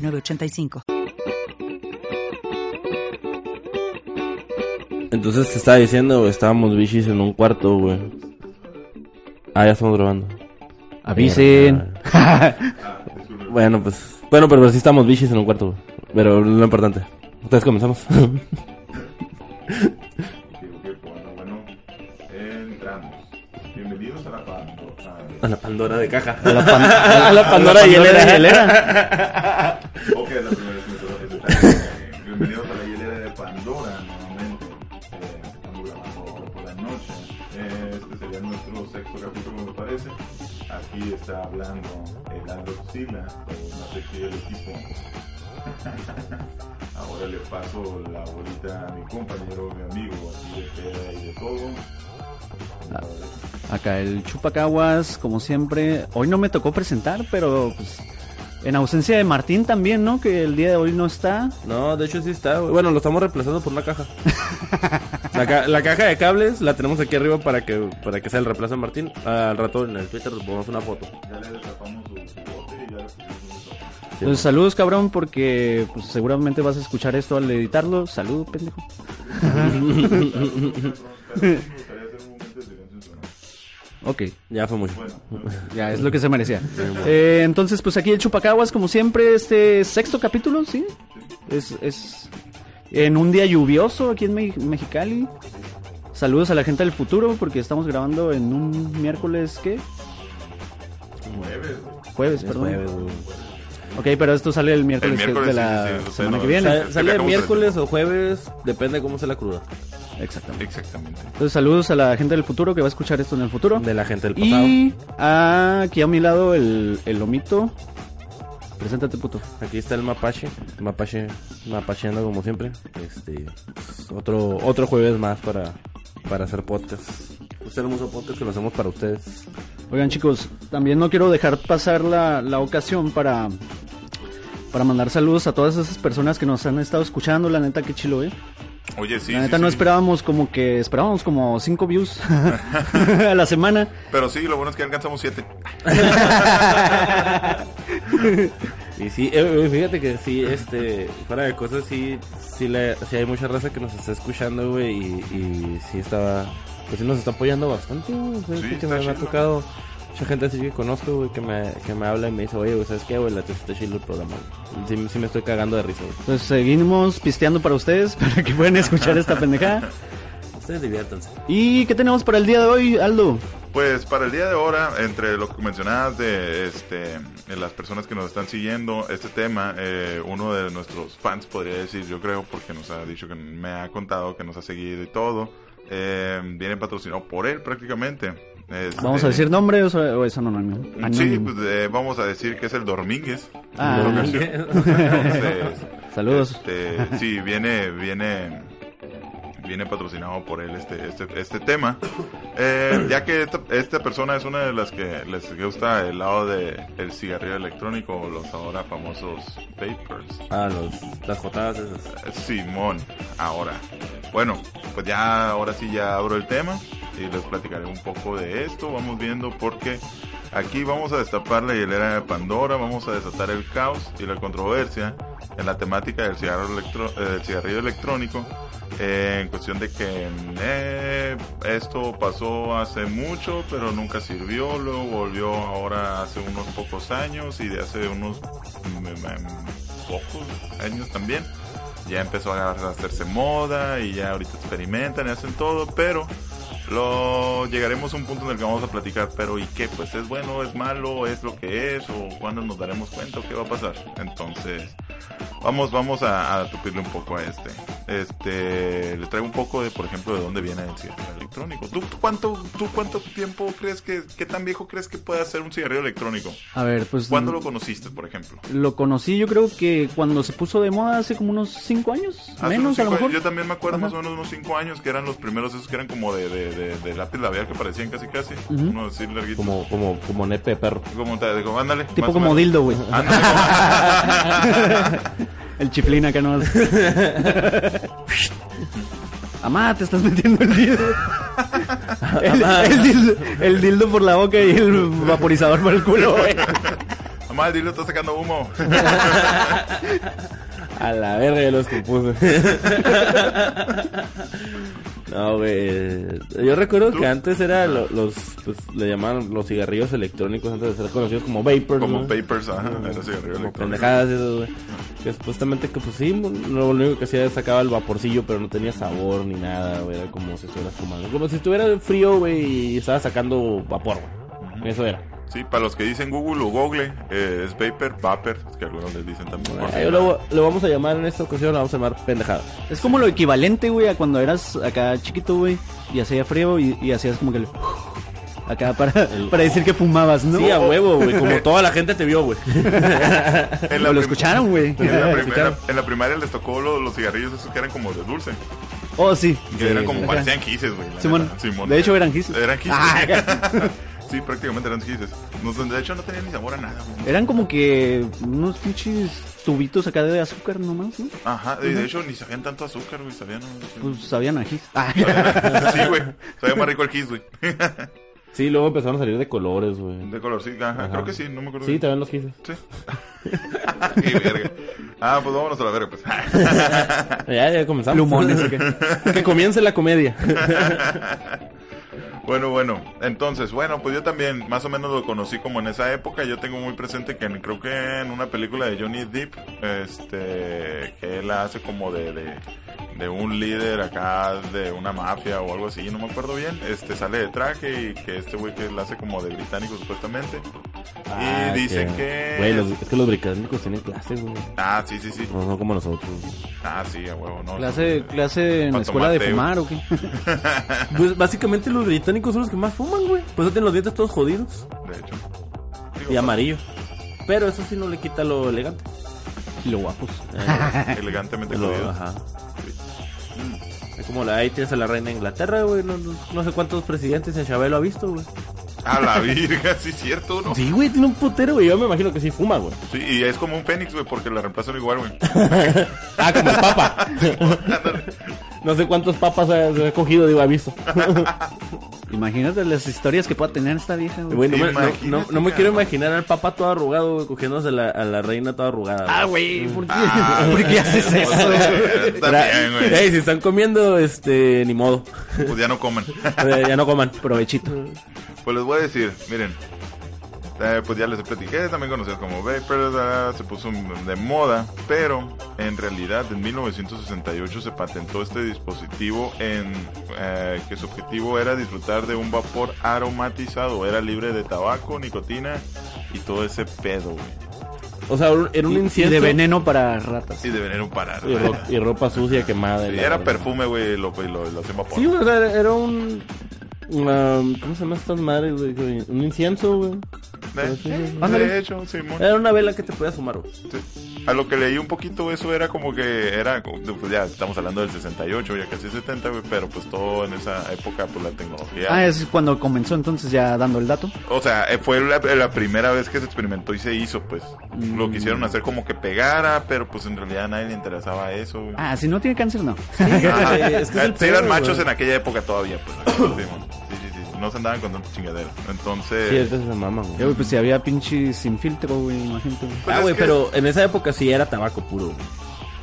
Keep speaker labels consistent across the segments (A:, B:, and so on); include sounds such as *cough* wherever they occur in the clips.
A: 985.
B: Entonces te estaba diciendo, güey, estábamos bichis en un cuarto, güey. Ah, ya estamos grabando.
C: Avisen.
B: *laughs* Bueno, pues. Bueno, pero, sí estamos bichis en un cuarto, güey. Pero lo importante. Entonces comenzamos.
D: Bueno, bueno, entramos. Bienvenidos a la Pando.
B: *laughs* A la Pandora de caja.
C: A
B: *laughs*
C: la, pan- a la Pandora hielera.
D: Ok, la primera vez que me toca. Bienvenidos a la hielera de Pandora nuevamente. Eh, estamos grabando por la noche. Eh, este sería nuestro sexto capítulo, me parece. Aquí está hablando el Andro Sila, más efectivo del equipo. *laughs* Ahora le paso la bolita a mi compañero, mi amigo, así de peda y de todo.
C: Acá el Chupacaguas, como siempre. Hoy no me tocó presentar, pero pues, en ausencia de Martín también, ¿no? Que el día de hoy no está.
B: No, de hecho sí está, güey. Bueno, lo estamos reemplazando por una caja. La, ca- la caja de cables la tenemos aquí arriba para que para que sea el reemplazo de Martín. al rato en el Twitter ponemos una foto.
D: Ya le destapamos su, su bote y ya le pusimos un toque.
C: Pues saludos, cabrón, porque pues, seguramente vas a escuchar esto al editarlo. Salud, pendejo. *laughs*
D: Pero sí me gustaría hacer un momento de silencio sonoro.
C: Ok,
B: Ya fue mucho.
D: Bueno,
C: ya es lo que se merecía. Eh, entonces, pues aquí el Chupacaguas, como siempre, este sexto capítulo, ¿sí? Es, es en un día lluvioso aquí en Me- Mexicali. Saludos a la gente del futuro, porque estamos grabando en un miércoles, ¿qué? Jueves, perdón. Ok, pero esto sale el miércoles, que-
D: miércoles,
C: de la
D: sí, sí, sí,
C: semana
D: no,
C: que viene.
D: sale-
B: Sale
D: Acabamos
B: miércoles o jueves, depende de cómo sea la cruda.
C: Exactamente.
D: exactamente.
C: Entonces, saludos a la gente del futuro que va a escuchar esto en el futuro.
B: De la gente del pasado.
C: Y ah, aquí a mi lado el, el lomito. Preséntate, puto.
B: Aquí está el mapache, mapache, mapacheando como siempre. Este, pues, otro, otro jueves más para, para hacer podcast. Este hermoso podcast que lo hacemos para ustedes.
C: Oigan, chicos, también no quiero dejar pasar la, la ocasión para, para mandar saludos a todas esas personas que nos han estado escuchando. La neta, qué chilo, eh.
D: Oye, sí.
C: la
D: sí,
C: neta, no
D: sí.
C: esperábamos como que esperábamos como 5
D: *laughs*
C: views *laughs* a la semana.
D: Pero sí, lo bueno es que alcanzamos siete.
B: Y sí, eh, eh, fíjate que sí, este, fuera de cosas, sí, sí, la- sí hay mucha raza que nos está escuchando, güey, y, y sí estaba, pues sí nos está apoyando bastante, güey. o sea,
D: Sí,
B: que
D: está
B: me, me ha
D: chido.
B: tocado mucha gente así que conozco, güey, que me, que me habla y me dice, oye, güey, ¿sabes qué, güey? La testa está chido el programa, güey. Sí, sí me estoy cagando de risa, güey.
C: Entonces, seguimos pisteando para ustedes, *laughs* para que puedan escuchar esta pendejada.
B: Ustedes diviértanse.
C: ¿Y qué tenemos para el día de hoy, Aldo?
D: Pues para el día de ahora, entre lo que mencionabas de este, de las personas que nos están siguiendo este tema, eh, uno de nuestros fans podría decir, yo creo, porque nos ha dicho que me ha contado que nos ha seguido y todo, eh, viene patrocinado por él prácticamente. Este,
C: ¿Vamos a decir nombres o, o es anónimo?
D: Sí,
C: Anónimo.
D: pues, eh, vamos a decir que es
C: *laughs*
D: el Dormingues.
C: Ah.
D: Entonces,
C: Saludos.
D: Este, sí, viene, viene, viene patrocinado por él este, este, este tema. Eh, ya que esta, esta persona es una de las que les gusta el lado de el cigarrillo electrónico o los ahora famosos vapors.
B: *laughs* Ah, los, las jotadas esas.
D: Eh, Simón, ahora. Bueno, pues ya, ahora sí ya abro el tema y les platicaré un poco de esto. Vamos viendo porque aquí vamos a destapar la hielera de Pandora, vamos a desatar el caos y la controversia en la temática del cigarro electro- eh, del cigarrillo electrónico. eh, en cuestión de que eh, esto pasó hace mucho, pero nunca sirvió. Luego volvió ahora hace unos pocos años y de hace unos mm, mm, pocos años también ya empezó a hacerse moda y ya ahorita experimentan y hacen todo, pero lo llegaremos a un punto en el que vamos a platicar, pero ¿y qué? Pues es bueno, es malo, es lo que es, o cuándo nos daremos cuenta, o qué va a pasar. Entonces, vamos, vamos a, a tupirle un poco a este, Este, le traigo un poco de, por ejemplo, de dónde viene el cigarrillo electrónico. ¿Tú, tú cuánto, tú cuánto tiempo crees que, qué tan viejo crees que puede ser un cigarrillo electrónico?
C: A ver, pues.
D: ¿Cuándo lo conociste, por ejemplo?
C: Lo conocí yo creo que cuando se puso de moda hace como unos 5 años,
D: Hace unos
C: menos a lo
D: Ah, cinco años-
C: mejor.
D: Yo también me acuerdo
C: Ajá.
D: más o menos unos 5 años que eran los primeros esos que eran como de, de, de, de lápiz labial que parecían casi casi. Uno así larguito. Como,
B: Como, como, como nepe de perro.
D: tal, de- como, ándale.
C: Tipo
D: más o
C: como
D: menos. Ah.
C: dildo, güey. *laughs*
D: Ándale,
C: El chiflín acá no.
D: *laughs*
C: Amá, te estás metiendo el dildo.
D: *laughs*
C: El, el dildo. el dildo por la boca y el vaporizador por el
D: *laughs*
C: culo, güey.
D: como- Mamá, el dildo está sacando humo.
B: A la verga de los que puse.
D: *laughs*
B: no, güey. Yo recuerdo que antes era lo- los, pues, le llamaban los cigarrillos electrónicos antes de ser conocidos como vapors.
D: Como
B: ¿no?
D: papers, ajá. Era
B: Como
D: cigarrillo electrónico.
B: pendejadas esas, güey. Que supuestamente que pues sí, lo único que hacía era sacaba el vaporcillo, pero no tenía sabor ni nada, güey. Era como si estuvieras fumando. Como si estuviera frío, güey, y estaba sacando vapor, güey. Eso era.
D: Sí, para los que dicen Google o Google, eh, es Vapor, Vapor, que algunos les dicen también. por
B: Eh, lo, lo vamos a llamar en esta ocasión, lo vamos a llamar pendejadas.
C: Es como lo equivalente, güey, a cuando eras acá chiquito, güey, y hacía frío y, y hacías como que el- *laughs* acá para, para decir que fumabas, ¿no?
B: Sí, a huevo, güey.
D: *laughs*
B: Como toda la gente te vio, güey.
D: En
C: lo, lo
D: prim-
C: escucharon, güey. *laughs*
D: En la, primera,
B: escucharon.
D: en la primaria les tocó lo- los cigarrillos esos que eran como de dulce.
C: Oh, sí.
D: Que eran como
C: Ajá.
D: parecían gises, güey. la
C: Simón.
D: neta. Simón.
C: De hecho, eran gises.
D: Eran gises.
C: Ah,
D: *laughs* sí, prácticamente eran gises. No, son- de hecho, no tenían ni sabor a nada, güey.
C: Eran como que unos pinches tubitos acá de azúcar nomás, ¿no?
D: Ajá, y de hecho, ni sabían tanto azúcar, güey. Sabían. *laughs*
C: Pues sabían a gis. *laughs* Ah,
D: sí, güey. Sabía más rico el gis, güey.
B: Sí, luego empezaron a salir de colores, güey.
D: De color, sí, ajá.
B: Ajá.
D: Creo que sí, no me acuerdo.
B: Sí,
D: bien.
B: también los quise.
D: Sí. *laughs* Qué verga. Ah, pues vámonos a la verga, pues.
B: Ya, ya comenzamos.
C: plumones.
B: *laughs*
C: acá.
B: que comience la comedia.
D: Bueno, bueno, entonces, bueno, pues yo también más o menos lo conocí como en esa época. Yo tengo muy presente que en- creo que en una película de Johnny Depp, este, que él hace como de, de, de un líder acá de una mafia o algo así, no me acuerdo bien. Este sale de traje y que este güey que él hace como de británico supuestamente.
B: *laughs* Ah,
D: dicen que-
B: Güey, los- es que los británicos tienen clase, güey.
D: Ah, sí, sí, sí.
B: No son como nosotros. güey.
D: Ah, sí, a huevo, no.
C: Clase, clase en
D: Pa'
C: la escuela de
D: tomarte,
C: fumar o qué.
B: *laughs*
C: *laughs*
B: Pues básicamente los británicos son los que más fuman, güey. Pues tienen los dientes todos jodidos
D: De hecho.
B: y amarillo. Pero eso sí no le quita lo *laughs* elegante.
C: Y lo guapos.
D: *laughs* Elegantemente
B: Lo-
D: jodido.
B: ajá. Es como la, ahí tienes a la reina de Inglaterra, güey. No, no- no sé cuántos presidentes en Chabelo ha visto, güey.
D: A la *laughs* virga, sí, cierto, ¿no?
B: Sí, güey, tiene un putero, güey. Yo me imagino que sí fuma, güey.
D: Sí, y es como un fénix, güey, porque la reemplazan igual, güey.
B: Ah, como el papa. no sé cuántos papas ha, se ha cogido, digo, ha visto.
C: Imagínate las historias que pueda tener esta vieja, güey.
B: Güey, no, me, no-
D: Imagínate,
B: no- no me
D: cabrón.
B: quiero imaginar al papa todo arrugado, güey, cogiéndose a la, a la reina toda arrugada. güey.
C: Ah, güey, ¿por qué?
D: Ah,
C: *laughs* ¿Por qué haces
D: pues,
C: eso?
D: eh, También,
B: Era-
D: güey.
B: Ey, si están comiendo, este, ni modo.
D: Pues ya no comen. *laughs*
B: O sea, ya no coman.
C: Provechito.
D: Pues les voy a decir, miren. eh, pues ya les platiqué, también conocido como Vapers, ah, se puso de moda, pero en realidad en 1968 se patentó este dispositivo en eh, que su objetivo era disfrutar de un vapor aromatizado, era libre de tabaco, nicotina y todo ese pedo, güey.
B: O sea, un- era un
C: Y
B: incienso.
C: de veneno para ratas.
D: Y de veneno parar.
B: y ro- y ropa sucia quemada. y
D: Sí,
B: la
D: era
B: verga.
D: perfume, güey, lo, y lo, y lo hacían vapor.
B: Sí, güey, o sea, era- era un. una- ¿Cómo se llaman estas madres, güey? Que- Un incienso, güey.
D: De,
B: Ándale.
D: de hecho, Simón.
B: Era una vela que te podías fumar, güey.
D: Sí. A lo que leí un poquito, eso era como que era, como- pues ya estamos hablando del 68, ya casi 70, güey, pero pues todo en esa época, pues la tecnología.
C: Ah, es cuando comenzó entonces ya dando el dato.
D: O sea, eh, fue la, la primera vez que se experimentó y se hizo, pues.
B: Mm.
D: Lo quisieron hacer como que pegara, pero pues en realidad a nadie le interesaba
B: *laughs*
D: eso, güey.
C: Ah, si no tiene cáncer, no.
D: Ajá.
B: es que es el
D: Ah, Sí, eran
B: pedo,
D: machos
B: güey.
D: en aquella época todavía, pues. Sí, mon. sí, sí, sí. No se andaban con tanta chingadera. Entonces.
B: Sí, ahorita es esa mamá,
C: Eh,
B: güey.
C: güey, pues si había pinches sin filtro, güey, imagínate. güey.
D: pues,
B: Ah,
D: es
B: güey,
D: que-
B: pero en esa época sí era tabaco puro, güey.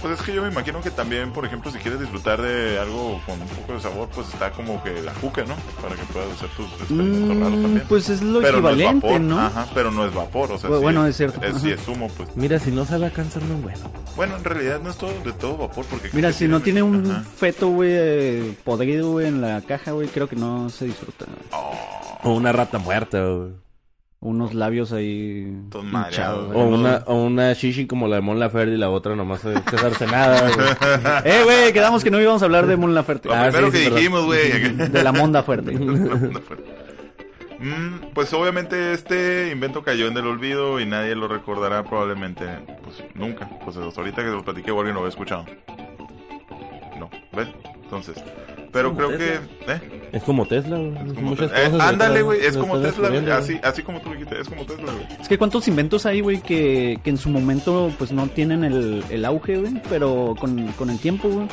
D: Pues es que yo me imagino que también, por ejemplo, si quieres disfrutar de algo con un poco de sabor, pues está como que la juca, ¿no? Para que puedas hacer tus experimentos
C: Mm,
D: raros también.
C: pues es lo
D: pero
C: equivalente,
D: no es vapor,
C: ¿no?
D: Ajá, pero no es vapor, o sea,
C: Bu-
D: sí
C: bueno, es cierto,
D: Es, sí
C: ajá.
D: es humo, pues.
B: Mira, si no sabe a cáncer, no es bueno.
D: Bueno, en realidad no es todo de todo vapor, porque...
C: Mira, si no tiene un
D: Ajá.
C: feto, güey, eh, podrido, güey, en la caja, güey, creo que no se disfruta.
B: O una rata muerta, güey.
C: unos labios ahí
D: Todos
C: hinchados.
D: mareados.
B: O una, o una shishi como la de Mon Laferte y la otra nomás de casarse nada, güey.
D: *laughs*
C: Eh, güey, quedamos que no íbamos a hablar de Mon Laferte.
D: Lo
B: Ah,
D: primero
B: sí, sí,
D: que
B: perdón.
C: *laughs*
D: dijimos, güey.
C: De la monda
D: *laughs*
C: fuerte.
D: Mm, pues obviamente este invento cayó en el olvido y nadie lo recordará probablemente pues, nunca. Pues hasta ahorita que se lo platiqué, igual y no lo he escuchado. No, ¿ves? Entonces. Pero
B: Como
D: creo
B: Tesla.
D: que. ¿eh?
B: Es como Tesla, güey.
D: Es como
B: Muchas
D: Tesla. Eh,
B: cosas
D: ándale,
B: están-
D: güey. Es
B: se
D: como
B: están
D: Tesla, güey.
B: descubriendo,
D: Así, así como tú dijiste, es como Tesla, güey.
C: Es que cuántos inventos hay, güey, que, que en su momento pues no tienen el, el auge, güey, pero con, con el tiempo, güey.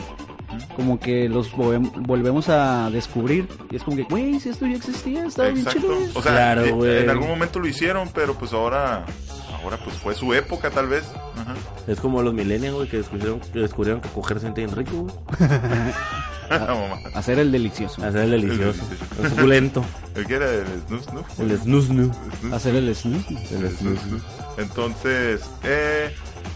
C: Como que los volve- volvemos a descubrir. Y es como que, güey, si esto ya existía, estaba bien
D: Exacto.
C: chido. güey.
D: O sea,
B: Claro,
D: eh,
B: güey.
D: en algún momento lo hicieron, pero pues ahora. Ahora pues fue su época, tal vez. Ajá.
B: Es como los millennials, güey, que descubrieron que, descubrieron que coger gente bien rico, güey.
D: Ah, Mamá.
C: Hacer el delicioso.
B: Hacer el delicioso. El suculento.
D: ¿El que era? ¿El Snoop Snoop?
B: El snusnu.
D: Snoop
C: Hacer el snoop.
B: El snusnu.
D: Entonces, eh,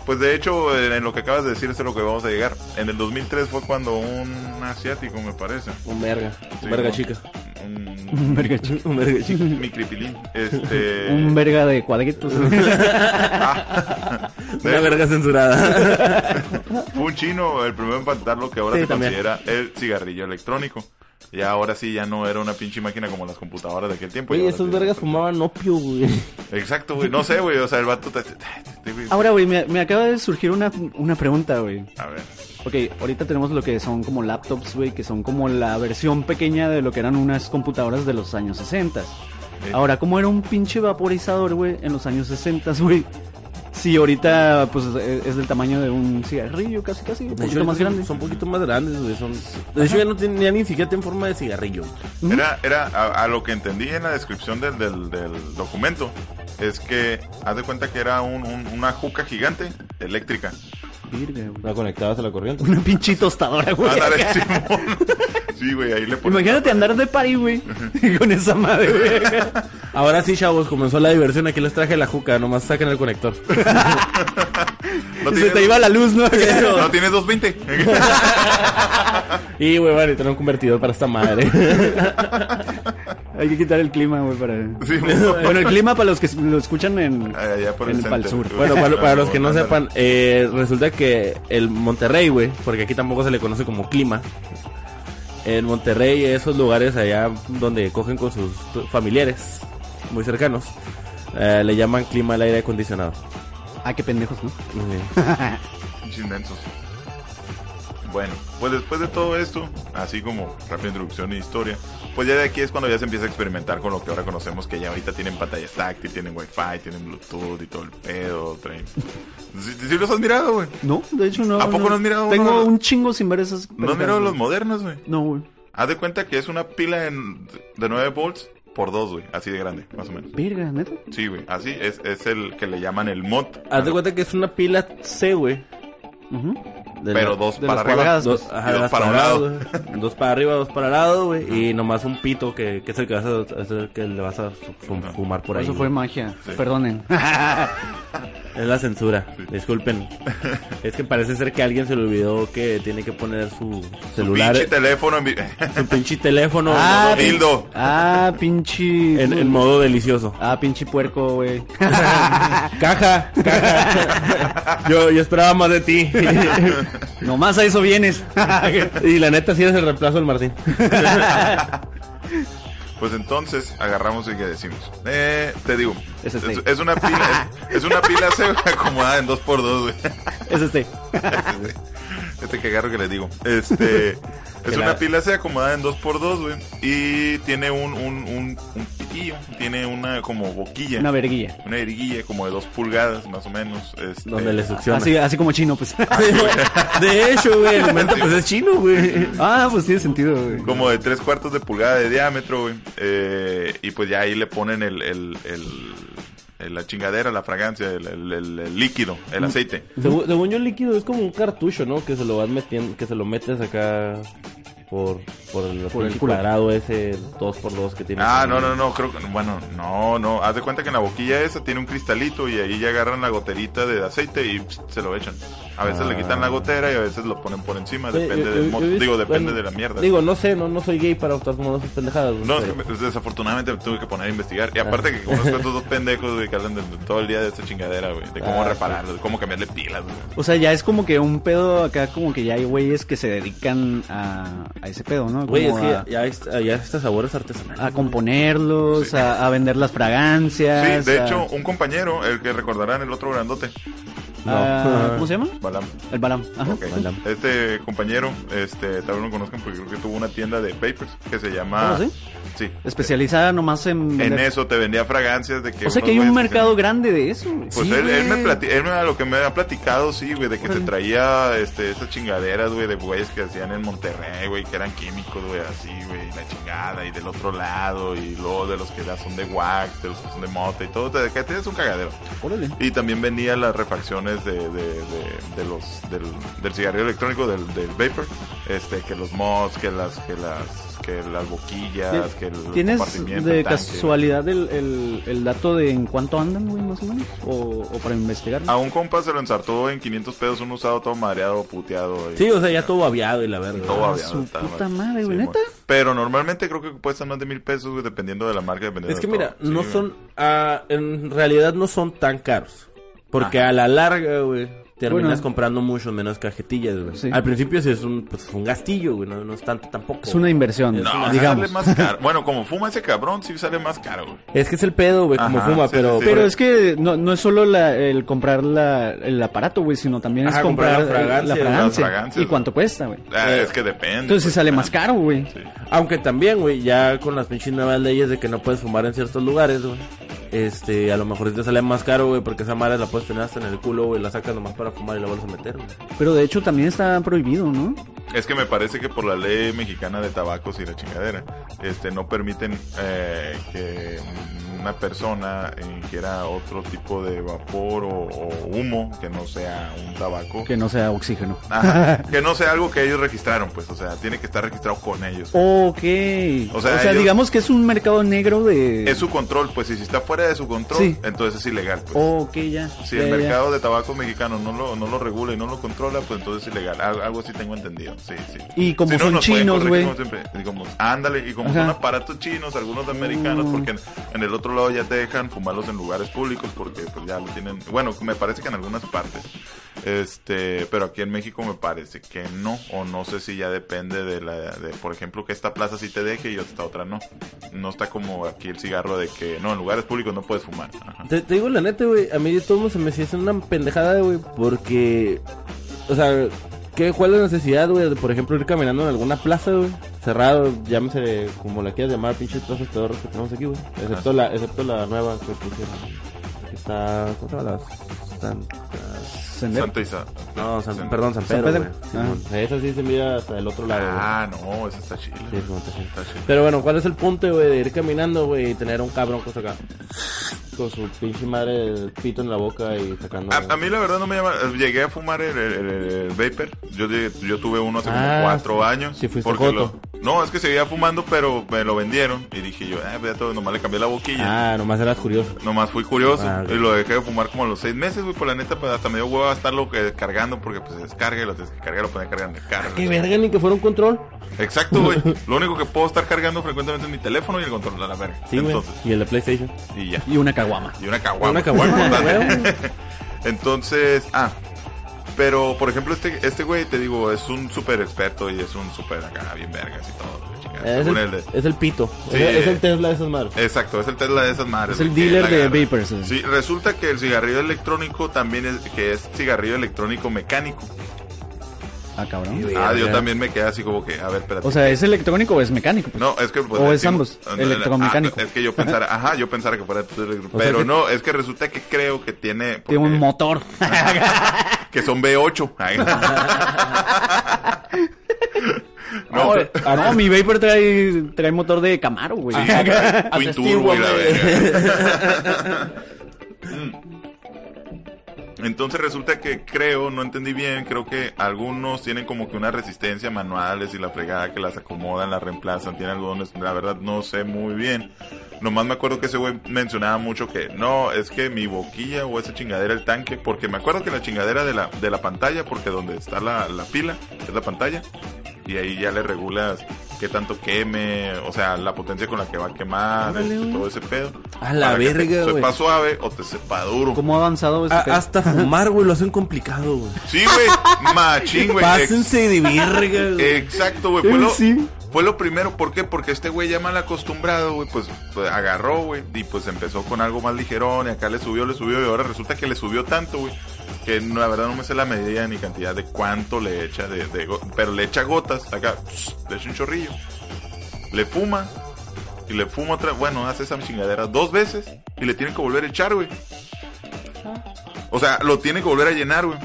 D: pues de hecho, en, en lo que acabas de decir es a lo que vamos a llegar. En el 2003 fue cuando un asiático, me parece.
B: Un verga.
D: Sí,
B: Un verga
D: ¿no?
B: chica.
D: Un
C: Un verga chulo.
B: *laughs* Un verga chica.
D: micripilín. Este.
C: *laughs* Un verga de cuadritos.
D: *laughs*
B: Una verga censurada.
D: *laughs* Fue un chino el primero en patentar lo que ahora
B: Sí,
D: se
B: también.
D: considera el cigarrillo electrónico. Y ahora sí ya no era una pinche máquina como las computadoras de aquel tiempo. y
B: Oye,
D: ahora
B: esos
D: sí-
B: vergas fumaban opio, güey.
D: Exacto, güey. No sé, güey. O sea, el vato. te- te- te- te-
C: Ahora, güey, me, me acaba de surgir una, una pregunta, güey.
D: A ver.
C: Ok, ahorita tenemos lo que son como laptops, güey, que son como la versión pequeña de lo que eran unas computadoras de los años 60. Ahora, ¿cómo era un pinche vaporizador, güey, en los años 60, güey? Si ahorita, pues, es, es del tamaño de un cigarrillo, casi, casi, un
B: De
C: poquito
B: hecho,
C: más grande.
B: Son un poquito más grandes, güey. Son... De hecho, ya no tienen ya ni siquiera tienen forma de cigarrillo.
D: Era, era a, a lo que entendí en la descripción del, del, del documento, es que haz de cuenta que era un, un- una juca gigante eléctrica.
C: Virga, güey.
B: La conectabas a la corriente.
C: Una pinche tostadora, güey.
D: Ándale, Simón. Sí, güey, ahí le pones-
C: Imagínate andar de pari, güey, *laughs* con esa madre, güey.
B: *laughs* Ahora sí, chavos, comenzó la diversión. Aquí les traje la juca. Nomás sacan el conector.
D: No
C: *laughs* Se
D: tienes,
C: te iba la luz, ¿no?
D: *laughs* no tienes 220.
B: *laughs* Y, güey, van a tener un convertidor para esta madre. *laughs*
C: Hay que quitar el clima, güey, para...
D: *laughs* Sí,
C: Bueno, el clima para los que lo escuchan en...
D: allá por
C: En
D: el,
C: el Pal
D: center.
C: Sur.
B: Bueno, para, para los que no
D: Ándale.
B: sepan, eh, resulta que el Monterrey, güey, porque aquí tampoco se le conoce como clima. El Monterrey, esos lugares allá donde cogen con sus t- familiares muy cercanos, eh, le llaman clima al aire acondicionado.
C: Ah, qué pendejos, ¿no?
D: Pinches mensos. Bueno, pues después de todo esto, así como rápida introducción e historia, pues ya de aquí es cuando ya se empieza a experimentar con lo que ahora conocemos, que ya ahorita tienen pantallas táctil, tienen wifi, tienen bluetooth y todo el pedo, traen... *laughs* ¿Sí, sí los has mirado, güey?
C: No, de hecho no.
D: ¿A poco no has mirado
C: Tengo
D: uno de los-
C: un chingo sin ver esas.
D: No has mirado los modernos, güey.
C: No, güey.
D: Haz de cuenta que es una pila en- de 9 volts por 2, güey, así de grande, más o menos.
C: Verga, neta.
D: Sí, güey, así es, es el que le llaman el mod.
B: Haz de cuenta que es una pila C, güey.
C: Ujú.
B: de
D: Pero
B: la-
D: dos
C: de
D: para
C: las
D: arriba.
C: cuadradas.
B: Dos,
C: pues,
B: ajá,
D: y dos
B: las
D: para un
B: cuadradas,
D: lado.
B: güey. Dos para arriba, dos para al lado, güey. Y nomás un pito que, que es el que vas a, es el que le vas a fu- fu- fumar por ahí.
C: Eso
B: güey.
C: fue magia.
D: Sí.
C: Perdonen.
B: Es la censura,
D: *laughs*
B: disculpen. Es que parece ser que alguien se le olvidó que tiene que poner su celular,
D: Pinche teléfono en vi- *laughs*
B: su pinche teléfono
C: Ah,
B: en, modo-
D: dildo.
C: *laughs* ah, pinche.
B: en- en modo delicioso.
C: Ah, pinche puerco, *laughs* güey. Ah.
B: Caja, caja.
D: *laughs*
B: Yo, yo esperaba más de ti. *laughs*
C: Nomás a eso *laughs* vienes.
B: Y la neta sí eres el reemplazo del Martín.
D: Pues entonces agarramos y que decimos. Eh, te digo, es,
C: Es este.
D: es una pila, es, es una pila se- acomodada en 2x2, güey.
C: es este.
D: *laughs* Este que agarro que les digo.
C: *laughs*
D: Este es una pila se acomodada en 2x2, güey, y tiene un un un, un pitillo, tiene una como boquilla,
C: Una
D: una,
C: verguilla.
D: erguilla como de 2 pulgadas más o menos, este,
B: Donde le succiona.
C: Así, así como chino, *laughs* pues.
B: *laughs* De hecho, güey, el momento pues es chino, güey.
C: ah, pues tiene sentido, güey.
D: como de tres cuartos de pulgada de diámetro, güey. Eh, y pues ya ahí le ponen el, el, el- el- la chingadera, la fragancia, el, el- el- el líquido, el aceite.
B: Según, según yo, el líquido es como un cartucho, ¿no? Que se lo vas metiendo, que se lo metes acá por, por el,
C: Por el
B: pinche
C: culo.
B: cuadrado ese 2x2 que tiene.
D: Ah, no, no, no, creo que, bueno, no, no, haz de cuenta que en la boquilla esa tiene un cristalito y ahí ya agarran la goterita de aceite y pss, se lo echan. A veces le quitan la gotera y a veces lo ponen por encima,
B: Oye,
D: depende
B: yo-
D: del
B: yo-
D: mo-
B: yo he visto-
D: digo, depende
B: bueno,
D: de la mierda.
B: Digo, no sé, no, no soy gay para estar como esas pendejadas. güey,
D: No, es
B: pero-
D: que me- desafortunadamente me tuve que poner a investigar.
B: Ah.
D: Y aparte que conozco a estos dos pendejos, güey, que hablan de- de todo el día de esta chingadera, güey. De cómo
B: Ah,
D: repararlo, de cómo cambiarle pilas, güey.
C: O sea, ya es como que un pedo acá, como que ya hay güeyes que se dedican a, a ese pedo, ¿no?
B: Güey, es
C: Como a,
B: que ya, es- ya este sabor es artesanal.
C: a componerlos, a, a vender las fragancias.
D: Sí, de
C: a-
D: hecho, un compañero, el que recordarán, el otro grandote,
C: a-
B: No.
C: ¿Cómo se llama?
D: Balam.
C: El Balam. Ajá.
D: Ok.
B: Balam.
D: Este compañero, este, tal vez lo conozcan porque creo que tuvo una tienda de papers que se llama...
C: ¿Cómo ¿Ah, sí?
D: Sí.
C: Especializada nomás en...
D: En
C: vender-
D: eso te vendía fragancias de que...
C: O sea que hay
D: unos
C: un
D: güeyes que
C: mercado
D: se-
C: grande de eso. güey.
D: Pues
C: Sí,
D: él, él me
C: güey.
D: plati- él me- a lo que me ha platicado, sí, güey, de que te
C: Órale.
D: traía este, esas chingaderas, güey, de güeyes que hacían en Monterrey, güey, que eran químicos, güey, así, güey, la chingada, y del otro lado, y luego de los que ya son de wax, de los que son de mota y todo, te, que tienes un cagadero.
C: Órale.
D: Y también vendía las refacciones de, de, de- de los, del, del cigarrillo electrónico, del, del vapor, este, que los mods, que las, que las, que las boquillas, que el
C: ¿Tienes
D: compartimiento,
C: de
D: el tanque.
C: casualidad el, el, el dato de en cuánto andan, güey, más o menos? O, o para investigar.
D: A un compa se lo ensartó en 500 pesos un usado todo mareado, puteado. y-
B: Sí, o sea, ya todo babeado y la verga.
D: Todo
C: Ah,
D: babeado,
C: su
D: está
C: puta
D: mal.
C: madre, güey, ¿neta?
D: bueno. Pero normalmente creo que cuestan más de mil pesos, güey, dependiendo de la marca, dependiendo
B: Es que
D: de todo.
B: mira,
D: Sí,
B: no
D: güey.
B: son, ah, en realidad no son tan caros. Porque a la larga, güey, terminas
C: Bueno.
B: comprando mucho menos cajetillas, güey.
C: Sí.
B: Al principio sí es un, pues, un gastillo, güey, no, no es tanto tampoco.
C: Es una inversión,
D: No, sí
C: digamos.
D: sale más caro. Bueno, como fuma ese cabrón, sí sale más caro, güey.
B: Es que es el pedo, güey, como
D: Ajá,
B: fuma,
D: sí,
B: pero...
D: sí, sí.
C: Pero es que no, no es solo la- el comprar la, el aparato, güey, sino también
B: Ajá,
C: es
B: comprar
C: comprar,
B: la
C: eh,
B: fragancia,
D: las fragancias,
C: ¿Y cuánto cuesta, güey?
D: Ah,
B: Eh,
D: es que depende.
C: Entonces sí
D: pues,
C: sale
D: pero-
C: más caro, güey.
D: Sí.
B: Aunque también, güey, ya con las pinches nuevas leyes de que no puedes fumar en ciertos lugares, güey. Este, a lo mejor sí te sale más caro, güey, porque esa madre la puedes tener hasta en el culo, güey, la sacas nomás para fumar y la vuelves a meter, güey.
C: Pero de hecho también está prohibido, ¿no?
D: Es que me parece que por la ley mexicana de tabacos y la chingadera, este, no permiten eh, que una persona eh, ingiera otro tipo de vapor o, o humo que no sea un tabaco.
C: Que no sea oxígeno. *laughs*
D: Ajá, que no sea algo que ellos registraron, pues, o sea, tiene que estar registrado con ellos.
C: Ok.
D: O
C: O
D: sea,
C: sea,
D: ellos-
C: digamos que es un mercado negro de...
D: Es su control, pues, y si está fuera de su control,
C: Sí.
D: entonces es ilegal, pues.
C: Ok, ya.
D: Si
C: ya,
D: el
C: ya, ya.
D: mercado de tabaco mexicano no lo, no lo regula y no lo controla, pues entonces es ilegal. Al- Algo así tengo entendido. Sí, sí.
C: Y como
D: Si no,
C: son
D: nos pueden
C: chinos,
D: corregir
C: güey.
D: como siempre. Y como- ándale, y como
C: Ajá.
D: son aparatos chinos, algunos de americanos,
C: Mm.
D: porque en, en el otro lado ya te dejan fumarlos en lugares públicos porque pues ya lo tienen. Bueno, me parece que en algunas partes. Este, pero aquí en México me parece que no, o no sé si ya depende de la, de, por ejemplo, que esta plaza sí te deje y esta otra no. No está como aquí el cigarro de que, no, en lugares públicos no puedes fumar. Ajá.
B: Te, te digo la neta, güey, a mí de todo se me hace una pendejada, güey, porque... O sea, ¿qué, ¿cuál es la necesidad, güey, de, por ejemplo, ir caminando en alguna plaza, güey? Cerrado, llámese como la quieras llamar, pinches plazas pedorras que tenemos aquí, güey. Excepto la, excepto la nueva que pusieron. que Está... ¿Cómo se llama? Las- San-
C: Sender.
D: Santa Isa.
B: No, San-
D: San-
B: perdón, San
C: San
B: Pedro.
C: Pedro.
B: güey. Simón. Esa sí se mira hasta el otro lado. güey.
D: Ah, no, esa está chila.
B: Sí, Simón, está chido.
D: Está chila.
B: Pero bueno, ¿cuál es el punto, güey, de ir caminando, güey, y tener a un cabrón que saca con su pinche madre el pito en la boca y sacando.
D: A, a mí la verdad no me llama. eh, Llegué a fumar el, el- el- el vapor. Yo, llegué- yo tuve uno hace
B: Ah,
D: como cuatro
B: sí.
D: años.
B: Sí, fuiste
D: porque lo-
B: joto.
D: no, es que seguía fumando, pero me lo vendieron. Y dije yo, ah, pues ya todo, nomás le cambié la boquilla.
B: Ah, nomás eras curioso.
D: Nomás fui curioso
B: Ah, ok.
D: y lo dejé de fumar como a los seis meses, güey. Por la neta, pues hasta me dio hueva estarlo que- cargando porque pues se descarga y lo tienes que cargar, lo pones a cargar en el carro.
B: Que verga, ni que fuera un control.
D: Exacto,
B: *laughs*
D: güey. lo único que puedo estar cargando frecuentemente es mi teléfono y el control, a la verga.
B: Sí, güey.
D: Entonces,
B: Y el de PlayStation.
D: y ya.
C: Y una caguama.
D: Y una caguama.
B: Una
D: *laughs*
B: caguama,
D: Importante.
B: güey.
D: Entonces, ah. Pero, por ejemplo, este, este güey, te digo, es un súper experto y es un súper acá, bien vergas y todo. la chingada.
B: Es el,
D: Según él, es-
B: es el pito.
D: Sí.
B: Es, el, es el Tesla de esas madres.
D: Exacto, es el Tesla de esas madres.
C: Es el
D: güey, que
C: dealer
D: la
C: de
D: agarra.
C: vapors, eh.
D: Sí, resulta que el cigarrillo electrónico también es, que es cigarrillo electrónico mecánico.
C: Ah, cabrón.
D: Ah, yo
B: verga.
D: también me quedé así como que, a ver, espérate.
C: O sea, ¿es electrónico o es mecánico?
D: No, es que... pues,
C: O es
D: decimos-
C: ambos,
D: ah,
C: electromecánico.
D: ah, es que yo pensara, ajá, yo pensara que fuera...
C: *laughs*
D: Pero
B: que-
D: no, es que resulta que creo que tiene...
C: Tiene un
D: porque-
C: motor.
D: Que son B8. Ay, no. *laughs* no,
C: Oye, ah, no, mi Vapor trae, trae motor de Camaro, güey.
D: Twin Turbo y
B: Atestíguame.
D: la verga. Entonces resulta que creo, no entendí bien, creo que algunos tienen como que una resistencia manuales y la fregada que las acomodan, las reemplazan, tienen algodones, la verdad no sé muy bien. Nomás me acuerdo que ese güey mencionaba mucho que no, es que mi boquilla o esa chingadera el tanque, porque me acuerdo que la chingadera de la, de la pantalla, porque donde está la, la pila, es la pantalla, y ahí ya le regulas qué tanto queme, o sea, la potencia con la que va a quemar,
B: Órale,
D: este,
B: güey.
D: todo ese pedo.
B: A la
D: Para que te
B: verga, güey.
D: Sepa suave o te sepa duro.
C: ¿Cómo ha avanzado este
D: Ah,
B: A-
C: pedo?
B: hasta fumar, güey, lo hacen complicado, güey.
D: Sí, güey. Machín, güey. Ex-
B: Pásense de
D: *laughs*
B: verga,
C: Eh,
B: güey.
D: Exacto, güey.
B: *laughs*
D: Fue lo,
C: Sí.
D: fue lo primero. ¿Por qué? Porque este güey ya mal acostumbrado, güey. Pues, pues, agarró, güey. Y pues empezó con algo más ligerón. Y acá le subió, le subió. Y ahora resulta que le subió tanto, güey. Que no, la verdad no me sé la medida ni cantidad de cuánto le echa de, de go- Pero le echa gotas. Acá pss, le echa un chorrillo. Le fuma. Y le fuma otra. Bueno, hace esa chingadera dos veces. Y le tienen que volver a echar, güey. O sea, lo tiene que volver a llenar, güey.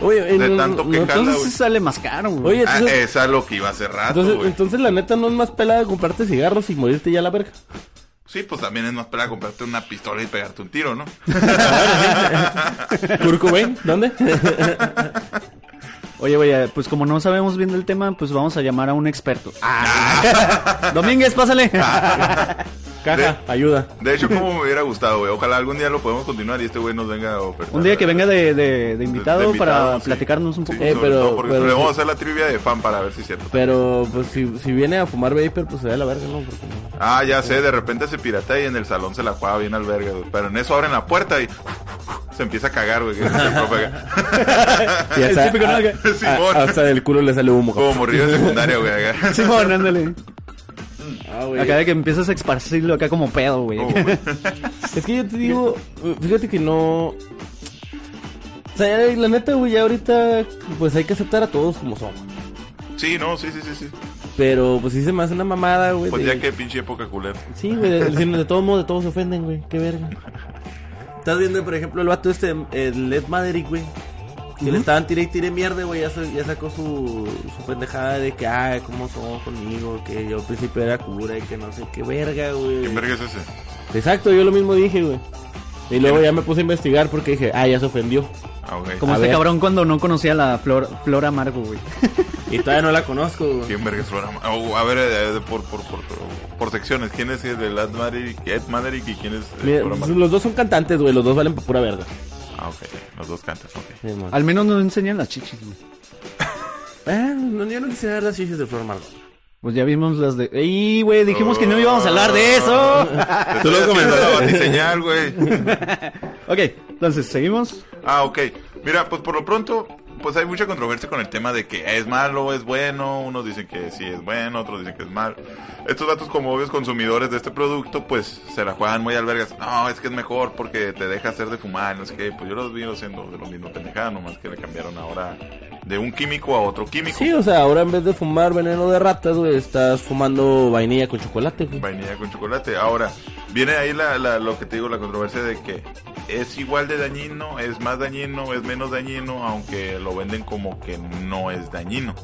B: Oye,
D: de
B: no-
D: tanto que
B: no-
D: jala,
C: Entonces
D: güey.
C: sale más caro, güey.
B: Oye,
D: Ah,
B: entonces-
D: esa es lo que iba hace rato,
B: Entonces,
D: güey.
B: entonces la neta no es más pelada comprarte cigarros y morirte ya a la
D: *laughs*
B: verga.
D: Sí, pues también es más para comprarte una pistola y pegarte un tiro, ¿no?
B: Kurt Cobain,
D: *laughs*
B: ¿dónde?
C: Oye, güey, eh, pues como no sabemos bien del tema, pues vamos a llamar a un experto. Ah.
D: Ah.
C: *laughs* Domínguez, pásale.
B: Caja, ayuda.
D: De hecho, como me hubiera gustado, güey. Ojalá algún día lo podamos continuar y este güey nos venga a ofertar.
C: un día que venga de, de- de invitado
D: De- de invitado,
C: para
D: sí.
C: platicarnos un
D: Sí,
C: poco. *laughs*
B: Eh,
D: sobre
B: pero-
D: todo porque
B: pero-
D: le vamos a hacer la trivia de fan para ver si es cierto.
B: Pero, pues, si, si viene a fumar vapor, pues se da la verga, ¿no? Porque no.
C: *laughs*
D: Ah, ya sé, de repente se piratea y en el salón se la juega bien al verga, güey. Pero en eso abren la puerta y se empieza a cagar, güey. que
C: *laughs*
D: se propaga.
B: Y hasta,
C: El típico, ¿no? Que-
B: a-
D: Simón.
B: a- Ah, hasta del culo le sale humo.
D: Como morrido de secundaria, güey. acá.
C: Simón, ándale.
B: Ah, güey.
C: Acá de que empiezas a esparcirlo acá como pedo, güey.
D: Como, güey.
B: Es que yo te digo, eh, fíjate que no. O sea, ya, la neta, güey, ya ahorita, pues hay que aceptar a todos como son.
D: Sí, no, sí, sí, sí, sí.
B: Pero, pues sí se me hace una mamada, güey.
D: Pues
B: de-
D: ya que pinche época culera.
B: Sí, güey, de, sino de todos modos, de todos se ofenden, güey. Qué verga. Estás viendo, por ejemplo, el vato este, el Led Maverick, güey. Que le estaban tire y tire mierda, güey. Ya, sa- ya sacó su, su pendejada de que, ah, cómo son conmigo. Que yo al principio era cura y que no sé qué verga, güey.
D: ¿Qué verga es ese?
B: Exacto, yo lo mismo dije, güey. Y luego ya me puse a investigar porque dije, ah, ya se ofendió.
D: Ah, güey.
C: Como
B: A
C: este
B: ver.
C: cabrón cuando no conocía la flor, flor amargo, güey.
B: Y todavía no la conozco, güey.
D: ¿Quién verga es Flora Ma- oh, A ver, eh, eh, por, por, por, por, por secciones. ¿Quién es el de Ed Maverick, Ed Maverick y quién es el
B: Mira,
D: Flora Ma-
B: los dos son cantantes, güey. Los dos valen para pura verga.
D: Ah, ok. Los dos cantas, ok. *laughs*
B: Sí, man.
C: Al menos no enseñan las chichis, güey.
B: Ah, no, yo no quisiera dar las chichis de Flor Margot.
C: Pues ya vimos las de... ¡Ey, güey! Dijimos que no íbamos a hablar de
D: Oh.
C: eso. *laughs*
D: Tú lo comentaste. diseñar, güey.
C: ok, entonces, ¿seguimos?
D: Ah, ok. Mira, pues por lo pronto, pues hay mucha controversia con el tema de que es malo, es bueno. Unos dicen que sí es bueno, otros dicen que es malo. Estos datos, como obvios consumidores de este producto, pues se la juegan muy al vergas. No, es que es mejor porque te deja hacer de fumar. No es que, pues yo los vi haciendo de lo mismo pendejada, nomás que le cambiaron ahora de un químico a otro químico.
B: Sí, o sea, ahora en vez de fumar veneno de ratas, güey, estás fumando vainilla con chocolate, güey.
D: Vainilla con chocolate. Ahora, viene ahí la, la- lo que te digo, la controversia de que es igual de dañino, es más dañino, es menos dañino, aunque lo venden como que no es dañino.